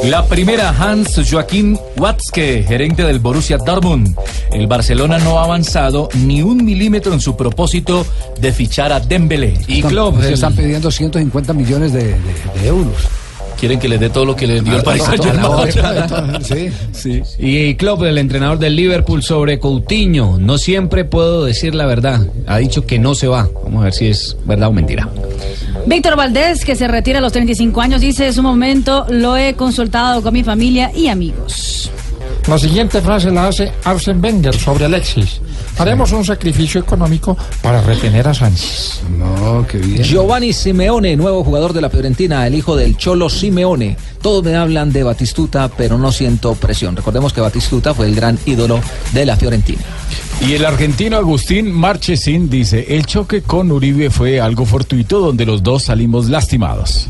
[SPEAKER 12] La primera, Hans Joaquín Watzke, gerente del Borussia Dortmund. El Barcelona no ha avanzado ni un milímetro en su propósito de fichar a Dembélé. Y
[SPEAKER 5] Están-
[SPEAKER 12] Klopp,
[SPEAKER 5] se
[SPEAKER 12] el-
[SPEAKER 5] están pidiendo 150 millones de, de- de euros.
[SPEAKER 12] quieren que les dé todo lo que le dio el Paris Saint-Germain.
[SPEAKER 15] Sí. Y Klopp, el entrenador del Liverpool, sobre Coutinho. No siempre puedo decir la verdad. Ha dicho que no se va. Vamos a ver si es verdad o mentira.
[SPEAKER 6] Víctor Valdés, que se retira a los 35 años, dice, es un momento, lo he consultado con mi familia y amigos.
[SPEAKER 16] La siguiente frase la hace Arsen Wenger sobre Alexis. Haremos un sacrificio económico para retener a Sánchez.
[SPEAKER 5] No, qué bien.
[SPEAKER 10] Giovanni Simeone, nuevo jugador de la Fiorentina, el hijo del Cholo Simeone. Todos me hablan de Batistuta, pero no siento presión. Recordemos que Batistuta fue el gran ídolo de la Fiorentina.
[SPEAKER 9] Y el argentino Agustín Marchesín dice, el choque con Uribe fue algo fortuito donde los dos salimos lastimados.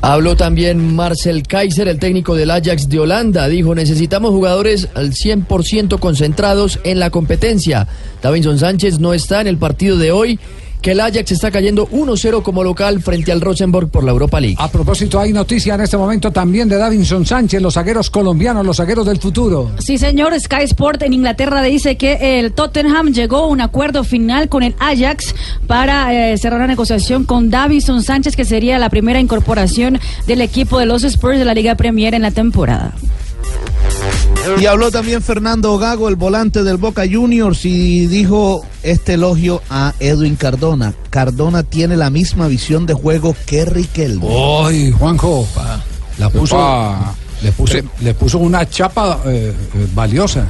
[SPEAKER 19] Habló también Marcel Kaiser, el técnico del Ajax de Holanda. Dijo, necesitamos jugadores al 100% concentrados en la competencia. Davinson Sánchez no está en el partido de hoy, que el Ajax está cayendo 1-0 como local frente al Rosenborg por la Europa League.
[SPEAKER 5] A propósito, hay noticia en este momento también de Davinson Sánchez, los zagueros colombianos, los zagueros del futuro.
[SPEAKER 6] Sí, señor, Sky Sport en Inglaterra dice que el Tottenham llegó a un acuerdo final con el Ajax para eh, cerrar una negociación con Davison Sánchez, que sería la primera incorporación del equipo de los Spurs de la Liga Premier en la temporada.
[SPEAKER 14] Y habló también Fernando Gago, el volante del Boca Juniors, y dijo este elogio a Edwin Cardona. Cardona tiene la misma visión de juego que Riquelme.
[SPEAKER 5] ¡Ay, Juanjo! La puso,
[SPEAKER 14] Epa.
[SPEAKER 5] le, puse- le puso una chapa eh, eh, valiosa.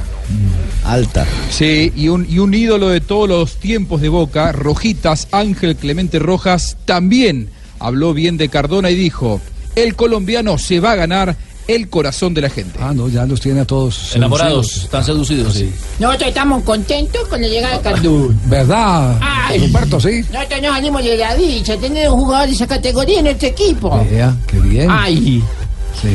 [SPEAKER 14] Alta.
[SPEAKER 13] Sí, y un, y un ídolo de todos los tiempos de Boca, Rojitas Ángel Clemente Rojas, también habló bien de Cardona y dijo, el colombiano se va a ganar el corazón de la gente.
[SPEAKER 5] Ah, no, ya los tiene a todos.
[SPEAKER 13] Enamorados,
[SPEAKER 12] están seducidos, sí.
[SPEAKER 7] No, estamos contentos con la llegada de Cardú.
[SPEAKER 5] ¿Verdad? Humberto, sí.
[SPEAKER 7] Nosotros no salimos de la dicha, tener un jugador de esa categoría en este equipo.
[SPEAKER 5] Vea, qué bien.
[SPEAKER 7] Ay.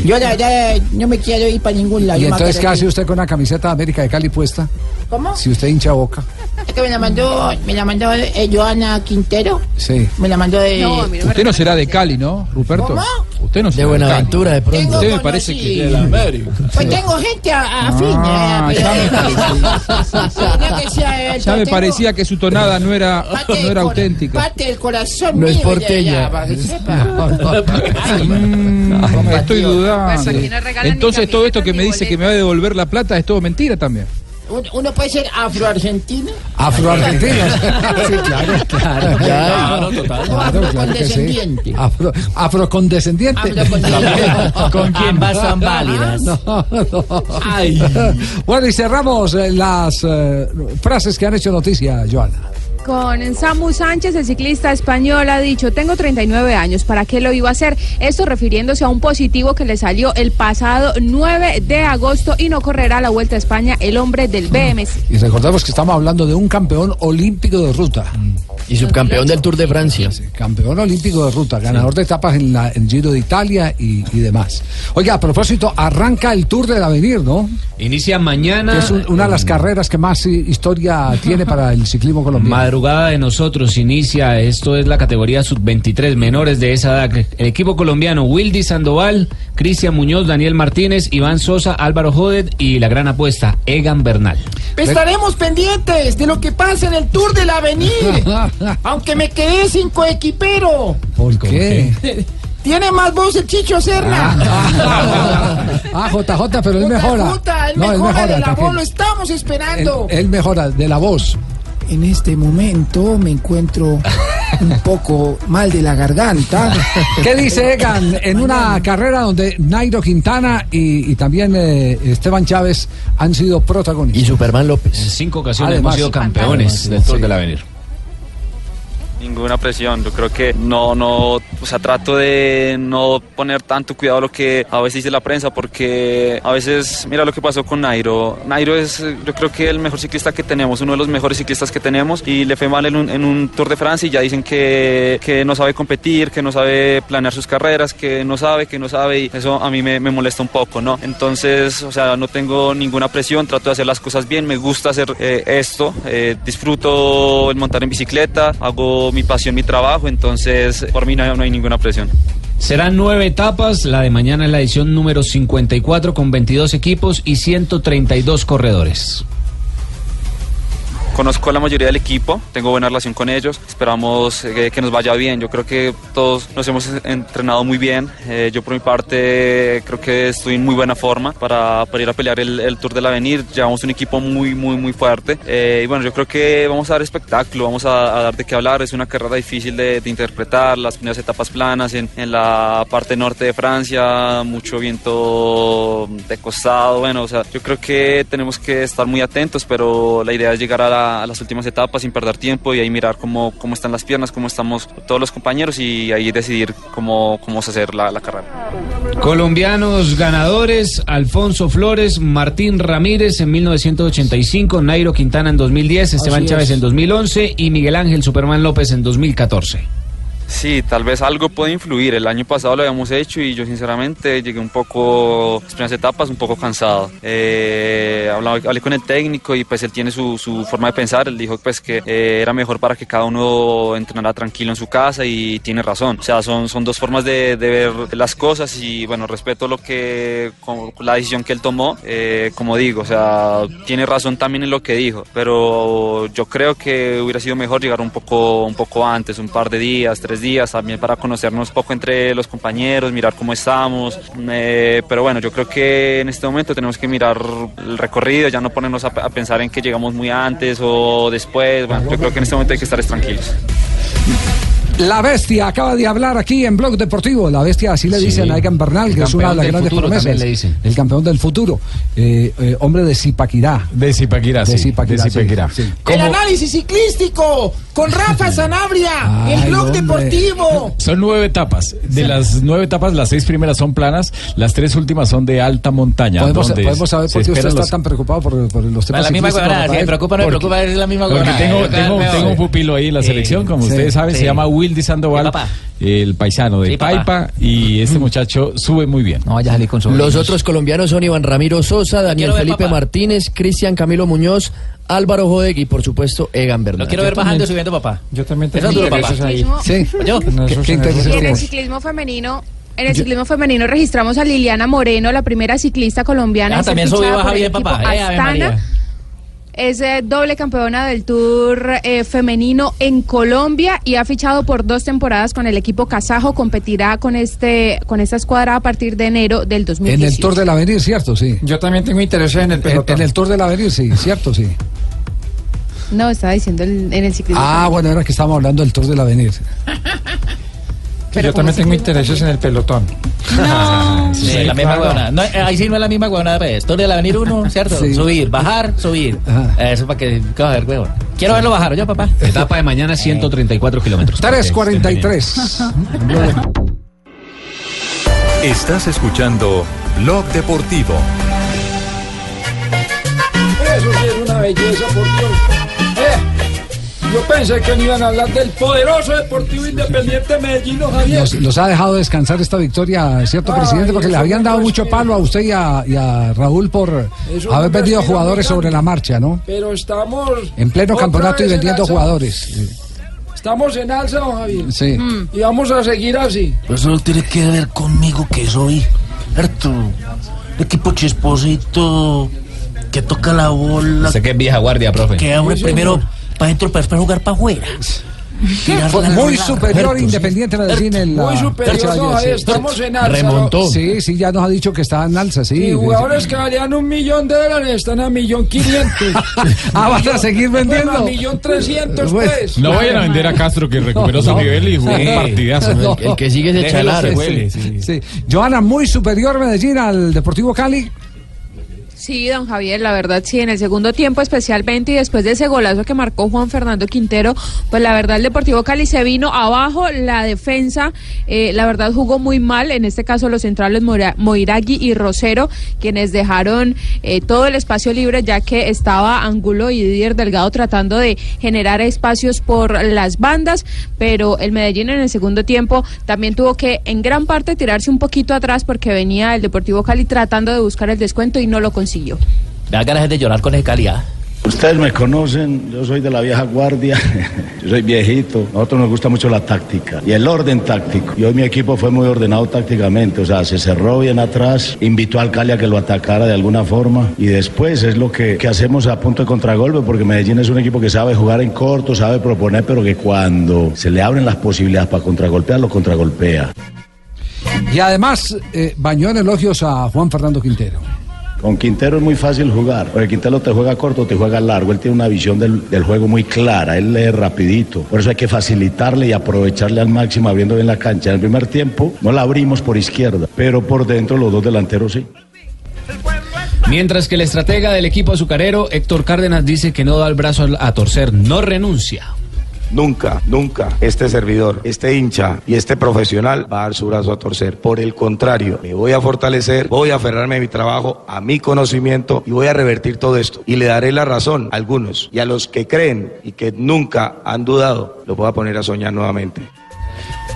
[SPEAKER 17] Yo ya, ya no me quiero ir para ningún lado.
[SPEAKER 5] ¿Y
[SPEAKER 17] yo me
[SPEAKER 5] entonces qué
[SPEAKER 17] quedo aquí.
[SPEAKER 5] hace usted con una camiseta de América de Cali puesta?
[SPEAKER 17] ¿Cómo?
[SPEAKER 5] Si usted hincha boca.
[SPEAKER 17] Es que me la mandó, me la mandó eh, Joana Quintero.
[SPEAKER 5] Sí.
[SPEAKER 17] Me la mandó de.
[SPEAKER 13] Usted no será de Cali, ¿no, Ruperto?
[SPEAKER 17] ¿Cómo?
[SPEAKER 13] Usted no será de
[SPEAKER 19] Buenaventura,
[SPEAKER 13] Cali.
[SPEAKER 19] de pronto.
[SPEAKER 13] Usted me parece que...
[SPEAKER 19] De la América.
[SPEAKER 17] Pues tengo gente a- afín.
[SPEAKER 13] Ah,
[SPEAKER 17] eh,
[SPEAKER 13] ya me
[SPEAKER 17] pero- No que sea, eh,
[SPEAKER 13] Ya me
[SPEAKER 17] tengo
[SPEAKER 13] parecía que su tonada no era,
[SPEAKER 17] Parte
[SPEAKER 13] no
[SPEAKER 17] del
[SPEAKER 13] era
[SPEAKER 17] cora-
[SPEAKER 13] auténtica.
[SPEAKER 17] Parte del corazón
[SPEAKER 13] No
[SPEAKER 17] mío.
[SPEAKER 13] es
[SPEAKER 17] ya,
[SPEAKER 13] porteña.
[SPEAKER 17] ya, para que sepa.
[SPEAKER 13] Mm, Estoy
[SPEAKER 17] Pues
[SPEAKER 13] dudando.
[SPEAKER 17] aquí no regalan ni
[SPEAKER 13] Entonces todo esto que me dice que me va a devolver la plata es todo mentira también.
[SPEAKER 17] Un- Uno puede ser afroargentino.
[SPEAKER 5] Afroargentinos. sí, claro, claro.
[SPEAKER 17] Claro,
[SPEAKER 5] total.
[SPEAKER 17] Afrodescendiente.
[SPEAKER 5] Afro, afrocondescendiente.
[SPEAKER 17] Afrocondescendiente.
[SPEAKER 5] ¿Con quién?
[SPEAKER 17] Ambas son válidas.
[SPEAKER 5] No, no. Bueno, y cerramos eh, las eh, frases que han hecho noticia, Joana.
[SPEAKER 2] Con Samu Sánchez, el ciclista español, ha dicho, tengo 39 años, ¿para qué lo iba a hacer? Esto refiriéndose a un positivo que le salió el pasado 9 de agosto y no correrá la Vuelta a España el hombre del BMC.
[SPEAKER 5] Y recordemos que estamos hablando de un campeón olímpico de ruta.
[SPEAKER 19] Y subcampeón del Tour de Francia.
[SPEAKER 5] Campeón olímpico de ruta, ganador de etapas en, la, en Giro de Italia y, y demás. Oiga, a propósito, arranca el Tour del Avenir, ¿no?
[SPEAKER 7] Inicia mañana.
[SPEAKER 5] Que es un- una de las carreras que más eh, historia tiene para el ciclismo colombiano.
[SPEAKER 7] Madrugada de nosotros inicia, esto es la categoría sub-23, menores de esa edad. El equipo colombiano, Wildy Sandoval, Cristian Muñoz, Daniel Martínez, Iván Sosa, Álvaro Jodet y la gran apuesta, Egan Bernal.
[SPEAKER 17] Estaremos pendientes de lo que pasa en el Tour del Avenir. Aunque me quedé sin coequipero.
[SPEAKER 5] ¿Por qué?
[SPEAKER 17] Tiene más voz el Chicho Serra.
[SPEAKER 5] Ah, JJ, pero él mejora.
[SPEAKER 17] Puta, él
[SPEAKER 5] No, él
[SPEAKER 17] mejora de la
[SPEAKER 5] tranquilo.
[SPEAKER 17] voz, lo estamos esperando.
[SPEAKER 5] Él mejora de la voz.
[SPEAKER 8] En este momento me encuentro un poco mal de la garganta.
[SPEAKER 5] ¿Qué dice Egan en una carrera donde Nairo Quintana y, y también eh, Esteban Chávez han sido protagonistas? Y
[SPEAKER 19] Superman López.
[SPEAKER 5] En
[SPEAKER 7] cinco ocasiones hemos sido campeones del Tour del Avenir.
[SPEAKER 27] Ninguna presión, yo creo que no, no, o sea, trato de no poner tanto cuidado a lo que a veces dice la prensa, porque a veces, mira lo que pasó con Nairo. Nairo es, eh, yo creo que el mejor ciclista que tenemos, uno de los mejores ciclistas que tenemos, y le fue mal en un, en un Tour de Francia y ya dicen que, que no sabe competir, que no sabe planear sus carreras, que no sabe, que no sabe, y eso a mí me, me molesta un poco, ¿no? Entonces, o sea, no tengo ninguna presión, trato de hacer las cosas bien, me gusta hacer eh, esto, eh, disfruto el montar en bicicleta, hago mi pasión, mi trabajo, entonces por mí no hay- no hay ninguna presión.
[SPEAKER 7] Serán nueve etapas, la de mañana es la edición número 54 con 22 equipos y 132 corredores.
[SPEAKER 27] Conozco a la mayoría del equipo, tengo buena relación con ellos, esperamos eh, que nos vaya bien. Yo creo que todos nos hemos entrenado muy bien. Eh, yo por mi parte creo que estoy en muy buena forma para, para ir a pelear el, el Tour del Avenir. Llevamos un equipo muy, muy, muy fuerte. Eh, y bueno, yo creo que vamos a dar espectáculo, vamos a, a dar de qué hablar. Es una carrera difícil de, de interpretar, las primeras etapas planas en, en la parte norte de Francia, mucho viento de costado. Bueno, o sea, yo creo que tenemos que estar muy atentos, pero la idea es llegar a, la- a las últimas etapas sin perder tiempo y ahí mirar cómo, cómo están las piernas, cómo estamos todos los compañeros y ahí decidir cómo, cómo hacer la, la carrera.
[SPEAKER 7] Colombianos ganadores, Alfonso Flores, Martín Ramírez en 1985, Nairo Quintana en 2010, Esteban
[SPEAKER 27] Así
[SPEAKER 7] Chávez
[SPEAKER 27] es.
[SPEAKER 7] en 2011 y Miguel Ángel Superman López en 2014.
[SPEAKER 27] Sí, tal vez algo puede influir. El año pasado lo habíamos hecho y yo sinceramente llegué un poco, pues, las primeras etapas, un poco cansado. Eh, hablaba- hablé, con el técnico y pues él tiene su, su forma de pensar. Él dijo pues que eh, era mejor para que cada uno entrenara tranquilo en su casa y tiene razón. O sea, son, son dos formas de, de ver las cosas y bueno, respeto lo que, con- la decisión que él tomó. Eh, como digo, o sea, tiene razón también en lo que dijo, pero yo creo que hubiera sido mejor llegar un poco, un poco antes, un par de días, tres días, también para conocernos un poco entre los compañeros, mirar cómo estamos. Eh, pero bueno, yo creo que en este momento tenemos que mirar el recorrido, ya no ponernos a, a pensar en que llegamos muy antes o después. Bueno, yo creo que en este momento hay que estar tranquilos.
[SPEAKER 5] La bestia acaba de hablar aquí en Blog Deportivo. La bestia, así le
[SPEAKER 7] Sí.
[SPEAKER 5] dicen a Egan Bernal,
[SPEAKER 7] El
[SPEAKER 5] que es una de
[SPEAKER 7] campeón
[SPEAKER 5] las
[SPEAKER 7] del
[SPEAKER 5] grandes
[SPEAKER 7] futuro
[SPEAKER 5] promesas.
[SPEAKER 7] también le dicen.
[SPEAKER 5] El campeón del futuro. Eh, eh, hombre de Zipaquirá.
[SPEAKER 9] De Zipaquirá,
[SPEAKER 5] De
[SPEAKER 9] sí,
[SPEAKER 5] Zipaquirá.
[SPEAKER 9] de
[SPEAKER 5] sí,
[SPEAKER 9] Zipaquirá.
[SPEAKER 5] sí.
[SPEAKER 17] El análisis ciclístico con Rafa Sanabria, el
[SPEAKER 9] Ay,
[SPEAKER 17] blog
[SPEAKER 9] hombre.
[SPEAKER 17] deportivo.
[SPEAKER 9] Son nueve etapas. De las nueve etapas, las seis primeras son planas, las tres últimas son de alta montaña.
[SPEAKER 5] Podemos,
[SPEAKER 9] donde
[SPEAKER 5] podemos saber
[SPEAKER 9] se
[SPEAKER 5] por qué usted
[SPEAKER 9] esperan
[SPEAKER 5] está
[SPEAKER 9] los-
[SPEAKER 5] tan preocupado por, por los temas
[SPEAKER 9] la misma
[SPEAKER 5] ciclísticos,
[SPEAKER 9] huevonada,
[SPEAKER 5] Rafael.
[SPEAKER 9] sí, me preocupa, no me
[SPEAKER 5] Porque-
[SPEAKER 9] preocupa, es la misma Porque tengo, tengo, tengo un pupilo ahí en la selección, como
[SPEAKER 5] sí,
[SPEAKER 9] ustedes saben,
[SPEAKER 5] sí.
[SPEAKER 9] se llama Wildy Sandoval, el paisano de
[SPEAKER 19] Sí, papá.
[SPEAKER 9] Paipa, y este muchacho sube muy bien. No vaya a salir con
[SPEAKER 19] Los otros colombianos son Iván Ramiro Sosa, Daniel Felipe Martínez, Cristian Camilo Muñoz, Álvaro Jodeg y por supuesto Egan Bernal.
[SPEAKER 26] Lo quiero ver bajando y subiendo, papá. Yo también Eso es duro, papá.
[SPEAKER 19] Sí.
[SPEAKER 26] Yo. Pues
[SPEAKER 2] Y en el ciclismo femenino, en el ciclismo femenino registramos a Liliana Moreno, la primera ciclista colombiana.
[SPEAKER 26] Ah,
[SPEAKER 2] en ser
[SPEAKER 26] también sube y
[SPEAKER 2] fichada
[SPEAKER 26] baja
[SPEAKER 2] por el
[SPEAKER 26] bien,
[SPEAKER 2] equipo
[SPEAKER 26] papá. Ay, Ave
[SPEAKER 2] Astana.
[SPEAKER 26] María.
[SPEAKER 2] Es eh, doble campeona del Tour eh, femenino en Colombia y ha fichado por dos temporadas con el equipo kazajo. Competirá con este con esta escuadra a partir de enero del
[SPEAKER 5] En
[SPEAKER 2] 2018.
[SPEAKER 5] el Tour del Avenir, cierto, sí. Yo también tengo interés en el pelotón. En, el Tour del Avenir, sí, cierto, sí.
[SPEAKER 2] No, estaba diciendo el- en el ciclismo.
[SPEAKER 5] Ah, bueno, era que estábamos hablando del Tour del Avenir.
[SPEAKER 16] Yo también tengo intereses en el pelotón.
[SPEAKER 26] Sí, la misma huevonada. No, eh, ahí sí no es la misma huevonada, pues. Esto de la venir uno, ¿cierto?
[SPEAKER 16] Sí.
[SPEAKER 26] Subir, bajar, subir. Eso para que coja ver huevón. Quiero verlo bajar, yo, papá.
[SPEAKER 15] Etapa de
[SPEAKER 27] Eh.
[SPEAKER 15] mañana, 134 kilómetros.
[SPEAKER 5] 3.43.
[SPEAKER 1] Estás escuchando Blog Deportivo.
[SPEAKER 16] Eso sí es una belleza, por Dios. Eh, yo pensé que no iban a hablar del poderoso Deportivo Independiente Medellín, Javier.
[SPEAKER 5] Los, los ha dejado descansar esta victoria, ¿cierto,
[SPEAKER 16] Ay,
[SPEAKER 5] presidente? Porque le
[SPEAKER 16] eso
[SPEAKER 5] habían
[SPEAKER 16] me
[SPEAKER 5] dado mucho
[SPEAKER 16] respira.
[SPEAKER 5] palo a usted y a, y a Raúl por
[SPEAKER 16] Eso
[SPEAKER 5] haber
[SPEAKER 16] me
[SPEAKER 5] vendido
[SPEAKER 16] respira,
[SPEAKER 5] jugadores
[SPEAKER 16] oigan.
[SPEAKER 5] sobre la marcha, ¿no?
[SPEAKER 16] Pero estamos.
[SPEAKER 5] En pleno
[SPEAKER 16] otra
[SPEAKER 5] campeonato y
[SPEAKER 16] vez en
[SPEAKER 5] vendiendo
[SPEAKER 16] alza.
[SPEAKER 5] jugadores.
[SPEAKER 16] Estamos en alza, don Javier.
[SPEAKER 5] Sí.
[SPEAKER 16] Mm. Y vamos a seguir así.
[SPEAKER 17] Pero eso no tiene que ver conmigo que soy harto equipo chisposito que toca la bola.
[SPEAKER 12] Sé que es vieja guardia, profe.
[SPEAKER 17] Que abre
[SPEAKER 12] Sí,
[SPEAKER 17] primero
[SPEAKER 12] señor.
[SPEAKER 17] para adentro para después jugar para afuera. Tirar
[SPEAKER 5] Fue
[SPEAKER 17] la-
[SPEAKER 5] muy
[SPEAKER 17] la-
[SPEAKER 5] superior
[SPEAKER 17] Berto,
[SPEAKER 5] Independiente Medellín en la
[SPEAKER 17] Muy superior,
[SPEAKER 5] fecha de
[SPEAKER 17] no,
[SPEAKER 5] ayer,
[SPEAKER 17] eh,
[SPEAKER 5] sí.
[SPEAKER 16] estamos en alza, ¿no?
[SPEAKER 5] Sí, sí, ya nos ha dicho que está en alza, sí.
[SPEAKER 16] Y jugadores que valían un millón de dólares están a millón quinientos.
[SPEAKER 5] Ah, vas a seguir vendiendo.
[SPEAKER 16] Bueno, a millón trescientos,
[SPEAKER 5] Pues,
[SPEAKER 16] pues.
[SPEAKER 5] no
[SPEAKER 9] vayan a vender a Castro que recuperó su nivel y jugó un partidazo.
[SPEAKER 5] No. Déjelo, sí, sí, sí. Joana, muy superior Medellín al Deportivo Cali.
[SPEAKER 2] Sí, don Javier, la verdad sí, en el segundo tiempo especialmente y después de ese golazo que marcó Juan Fernando Quintero, pues la verdad el Deportivo Cali se vino abajo, la defensa eh, la verdad jugó muy mal, en este caso los centrales Moira- Moiragui y Rosero, quienes dejaron eh, todo el espacio libre ya que estaba Angulo y Didier Delgado tratando de generar espacios por las bandas, pero el Medellín en el segundo tiempo también tuvo que en gran parte tirarse un poquito atrás porque venía el Deportivo Cali tratando de buscar el descuento y no lo consiguió.
[SPEAKER 26] Me da ganas de llorar con esa calidad.
[SPEAKER 24] Ustedes me conocen, yo soy de la vieja guardia, yo soy viejito, a nosotros nos gusta mucho la táctica y el orden táctico. Y hoy mi equipo fue muy ordenado tácticamente, o sea, se cerró bien atrás, invitó al Cali a que lo atacara de alguna forma y después es lo que, que hacemos a punto de contragolpe, porque Medellín es un equipo que sabe jugar en corto, sabe proponer, pero que cuando se le abren las posibilidades para contragolpear, lo contragolpea.
[SPEAKER 5] Y además eh, bañó en elogios a Juan Fernando Quintero.
[SPEAKER 24] Con Quintero es muy fácil jugar, porque Quintero te juega corto, te juega largo, él tiene una visión del, del juego muy clara, él lee rapidito, por eso hay que facilitarle y aprovecharle al máximo abriendo bien la cancha. En el primer tiempo no la abrimos por izquierda, pero por dentro los dos delanteros sí.
[SPEAKER 15] Mientras que el estratega del equipo azucarero, Héctor Cárdenas, dice que no da el brazo a a torcer, no renuncia.
[SPEAKER 25] Nunca, nunca este servidor, este hincha y este profesional va a dar su brazo a torcer. Por el contrario, me voy a fortalecer, voy a aferrarme a mi trabajo, a mi conocimiento y voy a revertir todo esto. Y le daré la razón a algunos y a los que creen y que nunca han dudado, los voy a poner a soñar nuevamente.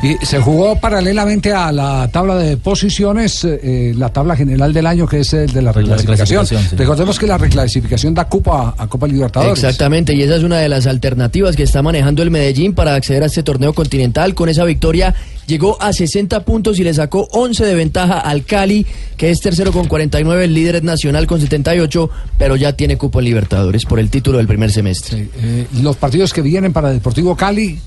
[SPEAKER 5] Y se jugó paralelamente a la tabla de posiciones, eh, eh, la tabla general del año, que es el de la reclasificación.
[SPEAKER 19] reclasificación, sí.
[SPEAKER 5] Recordemos que la reclasificación da cupa a Copa Libertadores.
[SPEAKER 19] Exactamente, y esa es una de las alternativas que está manejando el Medellín para acceder a este torneo continental. Con esa victoria llegó a 60 puntos y le sacó 11 de ventaja al Cali, que es tercero con 49, el líder es nacional con 78, pero ya tiene cupo en Libertadores por el título del primer semestre.
[SPEAKER 5] Eh, los partidos que vienen para Deportivo Cali,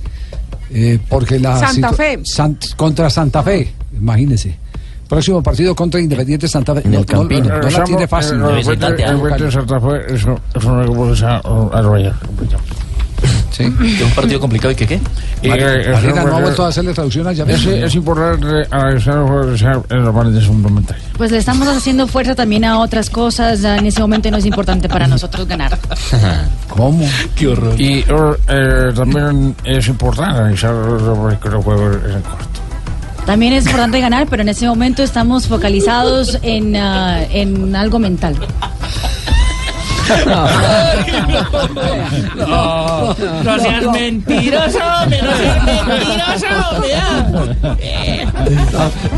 [SPEAKER 5] eh, porque la.
[SPEAKER 2] Santa
[SPEAKER 5] situ-
[SPEAKER 2] Fe.
[SPEAKER 5] Sant- contra Santa Fe, imagínese. Próximo partido contra Independiente Santa Fe. No, no-
[SPEAKER 16] Campín.
[SPEAKER 5] no- no la tiene fácil.
[SPEAKER 16] Eh, eh, eh, eh, eh, Santa Fe es un- es un equipo que se ha, eh, arrollado.
[SPEAKER 26] Es un partido complicado y uh, que qué.
[SPEAKER 16] Eh, eh,
[SPEAKER 5] Marina, no ha
[SPEAKER 16] eh,
[SPEAKER 5] vuelto a hacerle traducción a Yamil.
[SPEAKER 16] Es, es importante analizar los juegos que se han- en la parte suplementaria.
[SPEAKER 6] Pues le estamos haciendo fuerza también a otras cosas. ya en ese momento no es importante para nosotros ganar.
[SPEAKER 5] ¿Cómo?
[SPEAKER 16] Qué horror. Y or- eh, también es importante analizar los, los juegos en corto.
[SPEAKER 6] También es importante ganar, pero en ese momento estamos focalizados en, ah, en algo mental.
[SPEAKER 19] Ah.
[SPEAKER 26] No, no seas mentiroso, hombre, no seas mentiroso, hombre.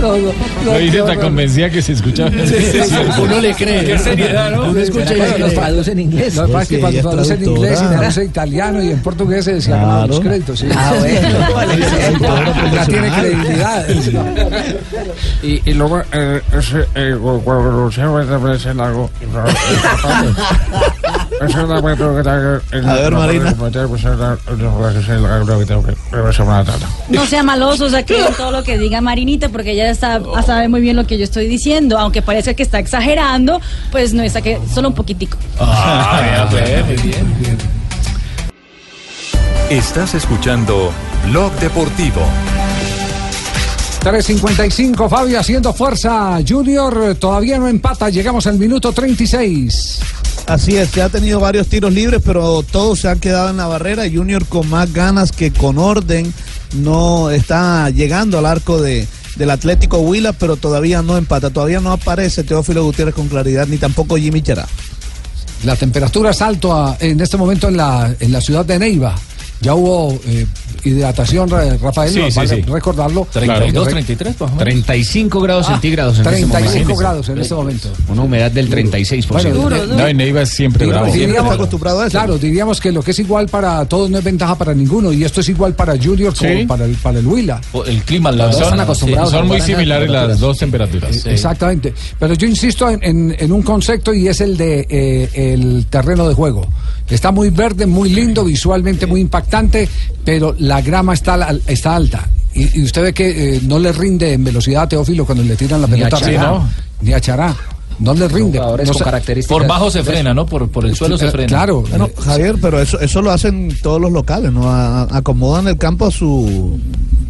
[SPEAKER 9] No, no, Lo dice tan convencida que se escuchaba.
[SPEAKER 5] Uno le cree.
[SPEAKER 9] Qué seriedad, ¿no?
[SPEAKER 5] Uno escucha y
[SPEAKER 9] Pero
[SPEAKER 5] los traduce en inglés. Lo que pasa es que
[SPEAKER 9] Sí,
[SPEAKER 5] cuando
[SPEAKER 9] ella es
[SPEAKER 5] traduce en inglés y
[SPEAKER 9] traductora.
[SPEAKER 5] traduce en italiano y en portugués se decía
[SPEAKER 9] Claro.
[SPEAKER 5] los créditos. sí.
[SPEAKER 10] Ah, bueno.
[SPEAKER 5] Ya tiene credibilidad.
[SPEAKER 4] Y, y luego, eh, ese, eh, cu- cuando se va a establecer el lago. Eso es la cuestión que tengo en-
[SPEAKER 14] A ver,
[SPEAKER 4] no
[SPEAKER 14] Marina.
[SPEAKER 4] puedo meter, pues, en la- en la- en la- en la- en la- en la- en la semana tata.
[SPEAKER 6] No sea maloso, saquen todo lo que diga Marinita, porque ella está, sabe muy bien lo que yo estoy diciendo. Aunque parezca que está exagerando, pues no, saque solo un poquitico.
[SPEAKER 23] Ah, vea, pues, muy bien.
[SPEAKER 1] Estás escuchando Blog Deportivo.
[SPEAKER 5] 3.55, Fabio haciendo fuerza. Junior todavía no empata. Llegamos al minuto 36.
[SPEAKER 14] Así es, que ha tenido varios tiros libres, pero todos se han quedado en la barrera. Junior con más ganas que con orden no está llegando al arco de, del Atlético Huila, pero todavía no empata. Todavía no aparece Teófilo Gutiérrez con claridad, ni tampoco Jimmy Chará.
[SPEAKER 5] La temperatura es alta en este momento en la, en la ciudad de Neiva. Ya hubo eh, hidratación, Ra- Rafael,
[SPEAKER 23] Sí,
[SPEAKER 5] nos
[SPEAKER 23] sí,
[SPEAKER 5] vale
[SPEAKER 23] sí.
[SPEAKER 5] recordarlo.
[SPEAKER 23] 32,
[SPEAKER 5] Re-
[SPEAKER 23] 33, más o menos.
[SPEAKER 15] 35 grados
[SPEAKER 5] Ah,
[SPEAKER 15] centígrados en
[SPEAKER 5] 35
[SPEAKER 15] este momento.
[SPEAKER 5] grados en este momento.
[SPEAKER 15] Una humedad del 36%.
[SPEAKER 9] No, en Neiva es siempre
[SPEAKER 5] Diríamos-
[SPEAKER 9] bravo.
[SPEAKER 5] diríamos- Claro, diríamos que lo que es igual para todos no es ventaja para ninguno. Y esto es igual para Junior
[SPEAKER 9] Sí.
[SPEAKER 5] como para el, para el Huila.
[SPEAKER 23] O El clima,
[SPEAKER 5] Los
[SPEAKER 23] las
[SPEAKER 5] dos
[SPEAKER 23] dos
[SPEAKER 5] están acostumbrados
[SPEAKER 23] son
[SPEAKER 5] a
[SPEAKER 23] muy
[SPEAKER 5] jugar en
[SPEAKER 23] similares
[SPEAKER 5] altas
[SPEAKER 23] las dos temperaturas. Sí.
[SPEAKER 5] Exactamente. Pero yo insisto en, en- en un concepto y es el de eh, el terreno de juego. Está muy verde, muy lindo, visualmente muy impactante, pero la grama está, la- está alta. Y, y usted ve que eh, no le rinde en velocidad a Teófilo cuando le tiran la
[SPEAKER 23] Ni a
[SPEAKER 5] pelota.
[SPEAKER 23] Chará.
[SPEAKER 5] arriba.
[SPEAKER 23] Sí,
[SPEAKER 5] Ni a Chará. No le rinde. No sé.
[SPEAKER 23] Por bajo se frena, ¿no? Por, por el suelo se frena.
[SPEAKER 5] Ah,
[SPEAKER 14] Bueno, Eh, Javier, pero eso, eso lo hacen todos los locales, ¿no? A- a- acomodan el campo a su,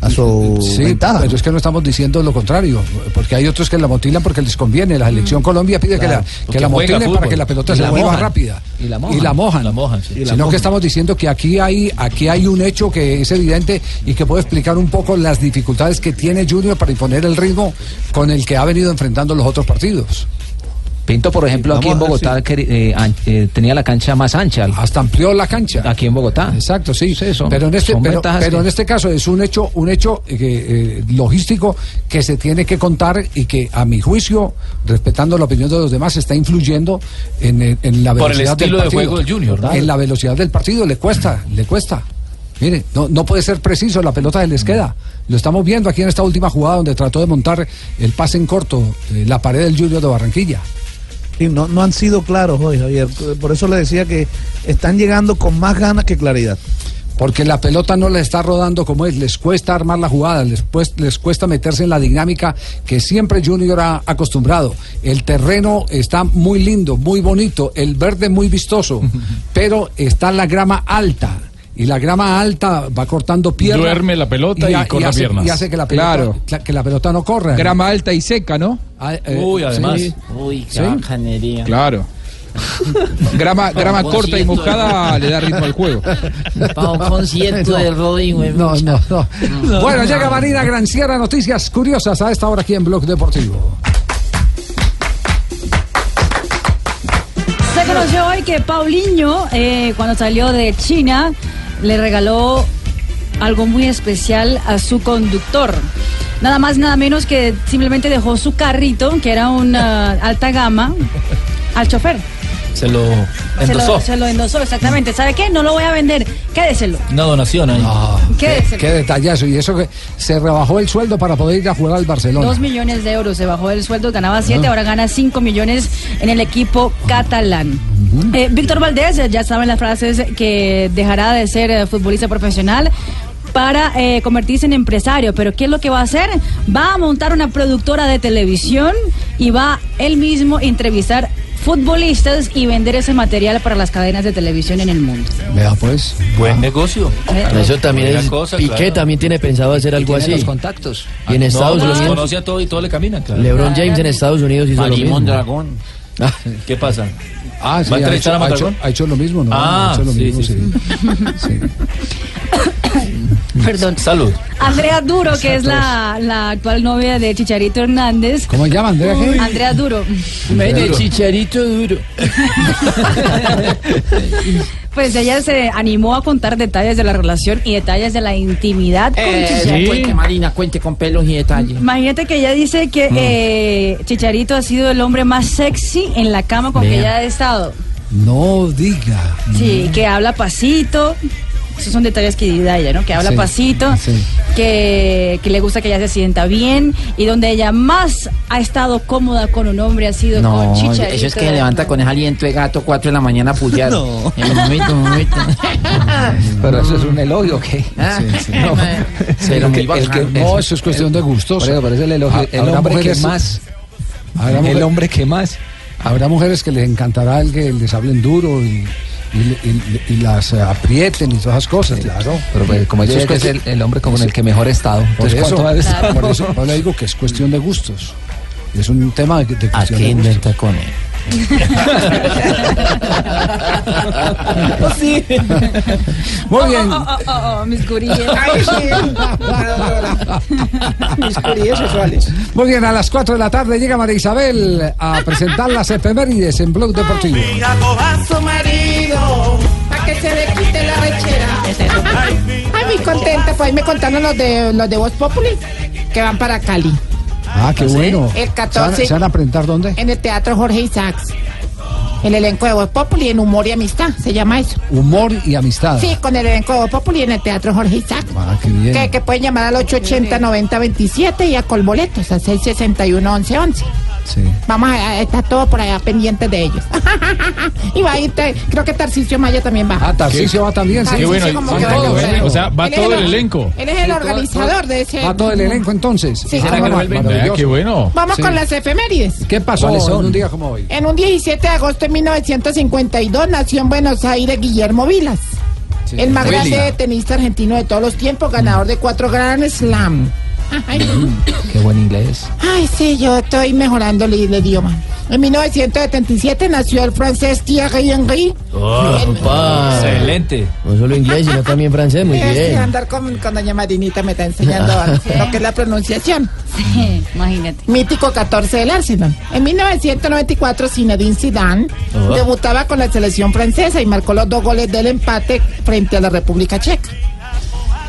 [SPEAKER 14] a su
[SPEAKER 5] Sí,
[SPEAKER 14] ventaja.
[SPEAKER 5] pero es que no estamos diciendo lo contrario, porque hay otros que la motilan porque les conviene. La selección Colombia pide
[SPEAKER 14] Mm. Claro,
[SPEAKER 5] que la, que
[SPEAKER 14] porque juega
[SPEAKER 5] la motilen para
[SPEAKER 14] fútbol.
[SPEAKER 5] que la pelota
[SPEAKER 14] Y
[SPEAKER 5] se
[SPEAKER 14] la
[SPEAKER 5] mueva
[SPEAKER 14] mojan.
[SPEAKER 5] rápida.
[SPEAKER 14] Y la mojan.
[SPEAKER 5] mojan.
[SPEAKER 14] La mojan, sí. Y la
[SPEAKER 5] Sino
[SPEAKER 14] mojan.
[SPEAKER 5] que estamos diciendo que aquí hay, aquí hay un hecho que es evidente y que puede explicar un poco las dificultades que tiene Junior para imponer el ritmo con el que ha venido enfrentando los otros partidos.
[SPEAKER 10] Pinto, por ejemplo, aquí en
[SPEAKER 5] vamos a
[SPEAKER 10] Bogotá queri- eh, an- eh, tenía la cancha más ancha.
[SPEAKER 5] Hasta amplió la cancha.
[SPEAKER 10] Aquí en Bogotá.
[SPEAKER 5] Exacto, sí.
[SPEAKER 10] son-
[SPEAKER 5] pero en este
[SPEAKER 10] son
[SPEAKER 5] pero,
[SPEAKER 10] ventajas
[SPEAKER 5] pero
[SPEAKER 10] que-
[SPEAKER 5] en este caso es un hecho un hecho eh, que, eh, logístico que se tiene que contar y que a mi juicio respetando la opinión de los demás está influyendo en, eh, en la
[SPEAKER 23] Por el
[SPEAKER 5] velocidad
[SPEAKER 23] estilo de
[SPEAKER 5] del partido
[SPEAKER 23] juego del Junior, ¿no?
[SPEAKER 5] en la velocidad del partido le cuesta le cuesta Mire, no, no puede ser preciso, la pelota se les queda. Lo estamos viendo aquí en esta última jugada donde trató de montar el pase en corto, eh, la pared del Junior de Barranquilla.
[SPEAKER 14] Sí, no, no han sido claros hoy, Javier. Por eso le decía que están llegando con más ganas que claridad.
[SPEAKER 5] Porque la pelota no la está rodando como es, les cuesta armar la jugada, les, pues- les cuesta meterse en la dinámica que siempre Junior ha acostumbrado. El terreno está muy lindo, muy bonito, el verde muy vistoso, pero está la grama alta. Y la grama alta va cortando piernas.
[SPEAKER 9] Duerme la pelota y corta
[SPEAKER 5] hace,
[SPEAKER 9] piernas.
[SPEAKER 5] Y hace que la pelota,
[SPEAKER 13] Claro.
[SPEAKER 5] cla- que la pelota no corra.
[SPEAKER 13] Grama alta y seca, ¿no?
[SPEAKER 5] Ah, eh,
[SPEAKER 13] Uy, además.
[SPEAKER 7] Uy, qué
[SPEAKER 13] Sí.
[SPEAKER 7] bacanería.
[SPEAKER 13] Claro. Grama, grama corta y mojada le da ritmo al juego.
[SPEAKER 7] Para un concierto
[SPEAKER 5] No.
[SPEAKER 7] de Rodin, güey.
[SPEAKER 5] No, no, no.
[SPEAKER 7] No.
[SPEAKER 5] Bueno, llega Marina Gran Sierra, noticias curiosas a esta hora aquí en Blog Deportivo.
[SPEAKER 6] Se conoció hoy que Paulinho, eh, cuando salió de China, le regaló algo muy especial a su conductor. Nada más, nada menos que simplemente dejó su carrito, que era una alta gama, al chofer.
[SPEAKER 23] Se lo
[SPEAKER 6] Se
[SPEAKER 23] endosó.
[SPEAKER 6] lo, se lo endosó, exactamente. ¿Sabe qué? No lo voy a vender. Quédeselo.
[SPEAKER 23] Una donación ahí.
[SPEAKER 6] Quédeselo.
[SPEAKER 5] Qué detallazo. Y eso que se rebajó el sueldo para poder ir a jugar al Barcelona. Ah.
[SPEAKER 6] Dos millones de euros se bajó el sueldo, ganaba siete, ahora gana cinco millones en el equipo catalán. Eh, Víctor Valdés, eh, ya saben las frases que dejará de ser eh, futbolista profesional para eh, convertirse en empresario. Pero ¿qué es lo que va a hacer? Va a montar una productora de televisión y va él mismo a entrevistar futbolistas y vender ese material para las cadenas de televisión en el mundo.
[SPEAKER 5] Vea, pues.
[SPEAKER 23] Buen negocio.
[SPEAKER 19] Eso también es. Piqué también tiene pensado hacer algo
[SPEAKER 23] tiene
[SPEAKER 19] así.
[SPEAKER 23] los
[SPEAKER 19] contactos. Y en Estados
[SPEAKER 23] Los
[SPEAKER 19] Unidos.
[SPEAKER 23] Ah, conoce a todo y todo le camina, claro.
[SPEAKER 19] LeBron James en Estados Unidos hizo lo mismo.
[SPEAKER 23] Marimón Dragón. ¿Qué pasa?
[SPEAKER 5] Ah, sí,
[SPEAKER 23] ¿Va a
[SPEAKER 5] ha,
[SPEAKER 23] entrevistar
[SPEAKER 5] hecho,
[SPEAKER 23] a
[SPEAKER 5] ha hecho-
[SPEAKER 23] Mondragón?
[SPEAKER 5] ha hecho lo mismo, ¿no?
[SPEAKER 23] Ah,
[SPEAKER 5] ha hecho lo
[SPEAKER 23] sí,
[SPEAKER 5] mismo,
[SPEAKER 23] sí,
[SPEAKER 5] sí. Sí.
[SPEAKER 6] Perdón.
[SPEAKER 28] Salud.
[SPEAKER 6] Andrea Duro, que es la, la actual novia de Chicharito Hernández.
[SPEAKER 5] ¿Cómo se llama, Andrea? qué?
[SPEAKER 6] Andrea Duro.
[SPEAKER 5] Andrea Duro.
[SPEAKER 19] Chicharito duro.
[SPEAKER 6] Pues ella se animó a contar detalles de la relación y detalles de la intimidad con
[SPEAKER 29] Eh,
[SPEAKER 6] Chicharito.
[SPEAKER 29] cuente, Marina, cuente con pelos y detalles.
[SPEAKER 6] Imagínate que ella dice que
[SPEAKER 29] Mm.
[SPEAKER 6] eh, Chicharito ha sido el hombre más sexy en la cama con que
[SPEAKER 5] Vea.
[SPEAKER 6] ella ha estado.
[SPEAKER 5] No diga.
[SPEAKER 6] Sí,
[SPEAKER 29] Mm.
[SPEAKER 6] que habla pasito. Esos son detalles que da ella, ¿no? Que habla
[SPEAKER 5] Sí,
[SPEAKER 6] pasito,
[SPEAKER 5] sí.
[SPEAKER 6] que, que le gusta que ella se sienta bien y donde ella más ha estado cómoda con un hombre ha sido
[SPEAKER 29] No,
[SPEAKER 6] con Chicharito.
[SPEAKER 29] eso es que levanta con ese aliento de gato 4 de la mañana a pullar. No. En un momento, un momento. Ah.
[SPEAKER 10] Pero eso es un elogio, ¿qué?
[SPEAKER 29] No.
[SPEAKER 10] Pero
[SPEAKER 5] que-
[SPEAKER 10] muy bacán.
[SPEAKER 5] el que- no, eso es cuestión de gustos.
[SPEAKER 10] Por eso, pero es el elogio. El
[SPEAKER 5] habrá
[SPEAKER 10] hombre que
[SPEAKER 5] mujeres-
[SPEAKER 10] más.
[SPEAKER 5] habrá
[SPEAKER 10] El
[SPEAKER 5] mujer-
[SPEAKER 10] hombre que más.
[SPEAKER 5] Habrá mujeres que les encantará el que les hablen duro y, y, y- y las eh, aprieten y todas esas cosas, claro.
[SPEAKER 10] Pero pues, como
[SPEAKER 5] Eso
[SPEAKER 10] yo que es
[SPEAKER 5] cuestión-
[SPEAKER 10] el, el hombre con el que mejor he estado.
[SPEAKER 5] Por
[SPEAKER 10] Entonces,
[SPEAKER 5] eso,
[SPEAKER 10] ¿cuánto ha estado?
[SPEAKER 5] por eso yo le digo que es cuestión de gustos. Es un tema de, de cuestión
[SPEAKER 29] qué
[SPEAKER 5] de
[SPEAKER 29] inventa con él?
[SPEAKER 6] sí.
[SPEAKER 5] Muy bien.
[SPEAKER 6] Oh, oh, oh, oh, mis guríes.
[SPEAKER 5] Ay, Muy bien, a las 4 de la tarde llega María Isabel a presentar las efemérides en Blog Deportivo.
[SPEAKER 17] a su marido para que se le quite la rechera. Ay, muy contenta, pues ahí me contaron los de los de Voz Populi que van para Cali.
[SPEAKER 5] Ah, qué
[SPEAKER 17] ¿Sí?
[SPEAKER 5] bueno.
[SPEAKER 17] El
[SPEAKER 5] ¿Se van,
[SPEAKER 17] 14.
[SPEAKER 5] se van a presentar dónde?
[SPEAKER 17] En el Teatro Jorge Isaacs. El elenco de Voz Populi en Humor y Amistad, se llama eso.
[SPEAKER 5] Humor y amistad.
[SPEAKER 17] Sí, con el elenco de Voz Populi en el Teatro Jorge Isaacs.
[SPEAKER 5] Ah, qué bien.
[SPEAKER 17] Que, que pueden llamar al 880-9027 y a Colboletos al 661-1111.
[SPEAKER 5] Sí.
[SPEAKER 17] Vamos a, a- está todo por allá pendiente de ellos. y va a ir, te- creo que Tarcisio Maya también va. Ah,
[SPEAKER 5] Tarcisio va también, sí.
[SPEAKER 30] Qué bueno,
[SPEAKER 17] Tarcisio como
[SPEAKER 30] Santa,
[SPEAKER 17] que
[SPEAKER 30] qué
[SPEAKER 17] va todo,
[SPEAKER 30] bueno.
[SPEAKER 17] pero-
[SPEAKER 30] O sea, va
[SPEAKER 17] Él es
[SPEAKER 30] todo el elenco.
[SPEAKER 17] Él es el organizador de ese.
[SPEAKER 5] Va todo el elenco entonces. Ah,
[SPEAKER 17] Sí. ¿Será que
[SPEAKER 5] bueno,
[SPEAKER 17] vuelven?
[SPEAKER 5] maravilloso.
[SPEAKER 30] Ah, qué bueno.
[SPEAKER 17] Vamos
[SPEAKER 5] Sí.
[SPEAKER 17] con las efemérides.
[SPEAKER 5] ¿Qué pasó
[SPEAKER 17] ¿Cuáles
[SPEAKER 5] en
[SPEAKER 17] son?
[SPEAKER 5] un día como hoy?
[SPEAKER 17] En un 17 de agosto de 1952 nació en Buenos Aires Guillermo Vilas, el más
[SPEAKER 5] Willy.
[SPEAKER 17] grande tenista argentino de todos los tiempos, ganador de cuatro Grand Slam. Ay.
[SPEAKER 10] Qué buen inglés.
[SPEAKER 17] Ay, sí, yo estoy mejorando el, el idioma. En 1977 nació el francés Thierry Henry.
[SPEAKER 19] Excelente. Ah, No solo inglés, sino también francés, muy
[SPEAKER 17] Es que
[SPEAKER 19] bien.
[SPEAKER 17] andar con, con doña Marinita me está enseñando a- lo que es la pronunciación.
[SPEAKER 6] Sí, imagínate.
[SPEAKER 17] Mítico 14 del Arsenal. En 1994, Zinedine Zidane
[SPEAKER 6] Oh.
[SPEAKER 17] debutaba con la selección francesa y marcó los dos goles del empate frente a la República Checa.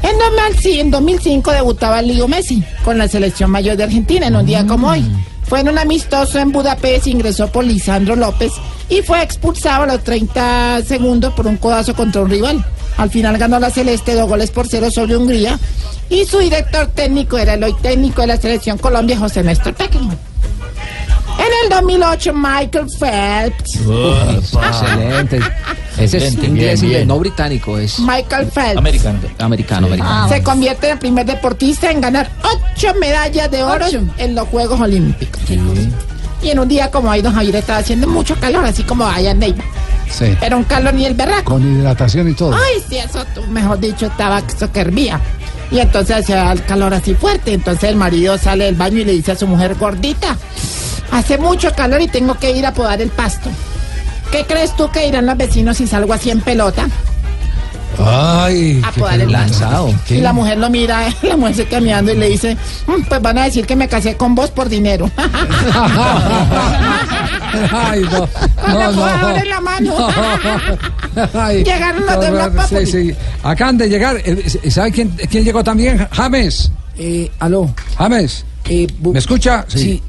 [SPEAKER 17] En 2005, en 2005 debutaba Leo Messi con la selección mayor de Argentina en un día como hoy. Fue en un amistoso en Budapest, ingresó por Lisandro López y fue expulsado a los 30 segundos por un codazo contra un rival. Al final ganó la Celeste dos goles por cero sobre Hungría y su director técnico era el hoy técnico de la selección Colombia, José Néstor Pequeño. En el 2008, Michael Phelps.
[SPEAKER 10] Excelente. Ese es
[SPEAKER 17] Excelente,
[SPEAKER 10] inglés,
[SPEAKER 17] bien,
[SPEAKER 10] inglés,
[SPEAKER 17] bien.
[SPEAKER 10] no británico, es
[SPEAKER 17] Michael Phelps.
[SPEAKER 10] americano. Americano, americano.
[SPEAKER 17] Se convierte en el primer deportista en ganar ocho medallas de oro en los Juegos Olímpicos. Y en un día como hoy, don Javier estaba haciendo mucho calor, así como allá en Neiva.
[SPEAKER 5] Sí.
[SPEAKER 17] Era un calor ni el berraco.
[SPEAKER 5] Con hidratación y todo.
[SPEAKER 17] Ay, sí, eso, tú, mejor dicho, estaba eso que hervía. Y entonces hacía el calor así fuerte. Entonces el marido sale del baño y le dice a su mujer gordita, hace mucho calor y tengo que ir a podar el pasto. ¿Qué crees tú que dirán los vecinos si salgo así en pelota?
[SPEAKER 5] Ay,
[SPEAKER 17] a
[SPEAKER 5] qué
[SPEAKER 17] podar el
[SPEAKER 5] pregunta.
[SPEAKER 17] lanzado.
[SPEAKER 5] ¿Qué?
[SPEAKER 17] Y la mujer lo mira, la mujer se caminando y le dice, "Mm, pues van a decir que me casé con vos por dinero.
[SPEAKER 5] Ay, no.
[SPEAKER 17] Con la
[SPEAKER 5] No, no.
[SPEAKER 17] mujer abre la mano.
[SPEAKER 5] Ay,
[SPEAKER 17] Llegaron los de
[SPEAKER 5] no,
[SPEAKER 17] Black
[SPEAKER 5] sí, sí. Acaban de llegar. eh, eh, ¿Sabe quién, quién llegó también? James.
[SPEAKER 17] Eh,
[SPEAKER 5] aló. James. ¿Me escucha?
[SPEAKER 17] sí,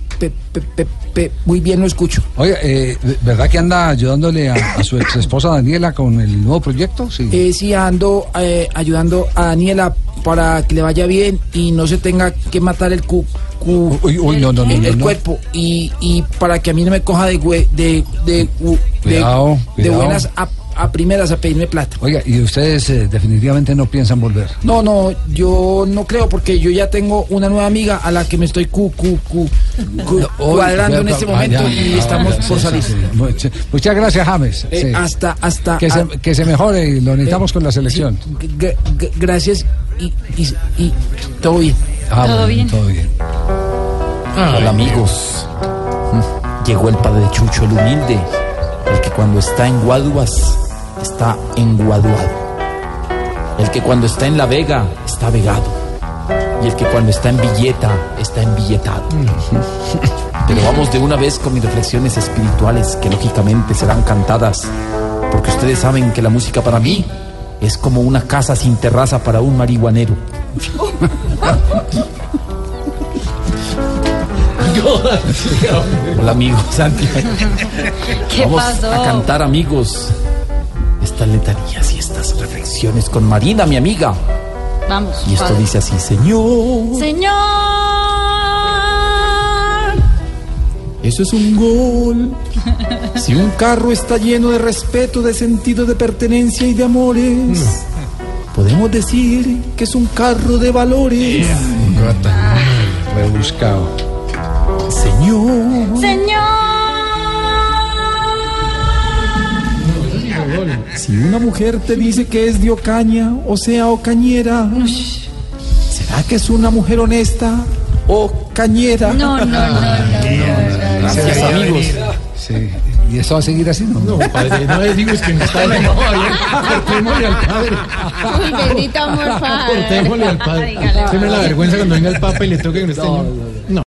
[SPEAKER 5] muy bien lo escucho. Oye, eh, ¿verdad que anda ayudándole a, a su ex esposa Daniela con el nuevo proyecto? Sí.
[SPEAKER 8] Eh, sí, ando eh, ayudando a Daniela para que le vaya bien y no se tenga que matar el cu, cu-
[SPEAKER 5] Uy, uy, no, no, no,
[SPEAKER 8] el
[SPEAKER 5] no, no.
[SPEAKER 8] cuerpo y, y para que a mí no me coja de hue- de, de, u- de-
[SPEAKER 5] Cuidado,
[SPEAKER 8] de
[SPEAKER 5] cuidado.
[SPEAKER 8] buenas a, a primeras a pedirme plata.
[SPEAKER 5] Oiga, y ustedes eh, definitivamente no piensan volver.
[SPEAKER 8] No, no, yo no creo porque yo ya tengo una nueva amiga a la que me estoy cu, cu- cu- cu- cuadrando en este momento y estamos por salir.
[SPEAKER 5] Mucha- muchas gracias, James.
[SPEAKER 8] Eh,
[SPEAKER 5] Sí.
[SPEAKER 8] Hasta, hasta. Eh,
[SPEAKER 5] que, se, que se mejore y lo necesitamos con la selección.
[SPEAKER 8] Gra- gra- gracias y, y- y todo bien.
[SPEAKER 5] Ah, Todo bueno, bien. todo bien.
[SPEAKER 29] Hola
[SPEAKER 8] Ay,
[SPEAKER 29] amigos. Llegó el padre Chucho el humilde, el que cuando está en Guaduas, está enguaduado.
[SPEAKER 8] El que cuando está en la vega, está vegado. Y el que cuando está en billeta, está embilletado. Pero vamos de una vez con mis reflexiones espirituales que lógicamente serán cantadas. Porque ustedes saben que la música para mí es como una casa sin terraza para un marihuanero. Hola amigos, Santi.
[SPEAKER 6] ¿Qué
[SPEAKER 8] Vamos
[SPEAKER 6] pasó?
[SPEAKER 8] a cantar amigos estas letanías y estas reflexiones con Marina, mi amiga.
[SPEAKER 6] Vamos.
[SPEAKER 8] Y esto
[SPEAKER 6] padre.
[SPEAKER 8] dice así, Señor.
[SPEAKER 6] Señor.
[SPEAKER 8] Eso es un gol. Si un carro está lleno de respeto, de sentido de pertenencia y de amores, podemos decir que es un carro de valores.
[SPEAKER 5] Rebuscado.
[SPEAKER 8] Señor. Si una mujer te dice que es de Ocaña, o sea, Ocañera, ¿será que es una mujer honesta o cañera?
[SPEAKER 6] No, no, no,
[SPEAKER 8] Gracias, amigos.
[SPEAKER 5] Sí. ¿Y eso va a seguir así? No,
[SPEAKER 8] padre, no le digo, es que me está
[SPEAKER 5] enojado,
[SPEAKER 16] Cortémosle al padre.
[SPEAKER 19] Uy, bendito amor, padre.
[SPEAKER 16] Cortémosle al padre.
[SPEAKER 19] Dígale.
[SPEAKER 16] Se me la vergüenza cuando venga el papa y le toque con este. No,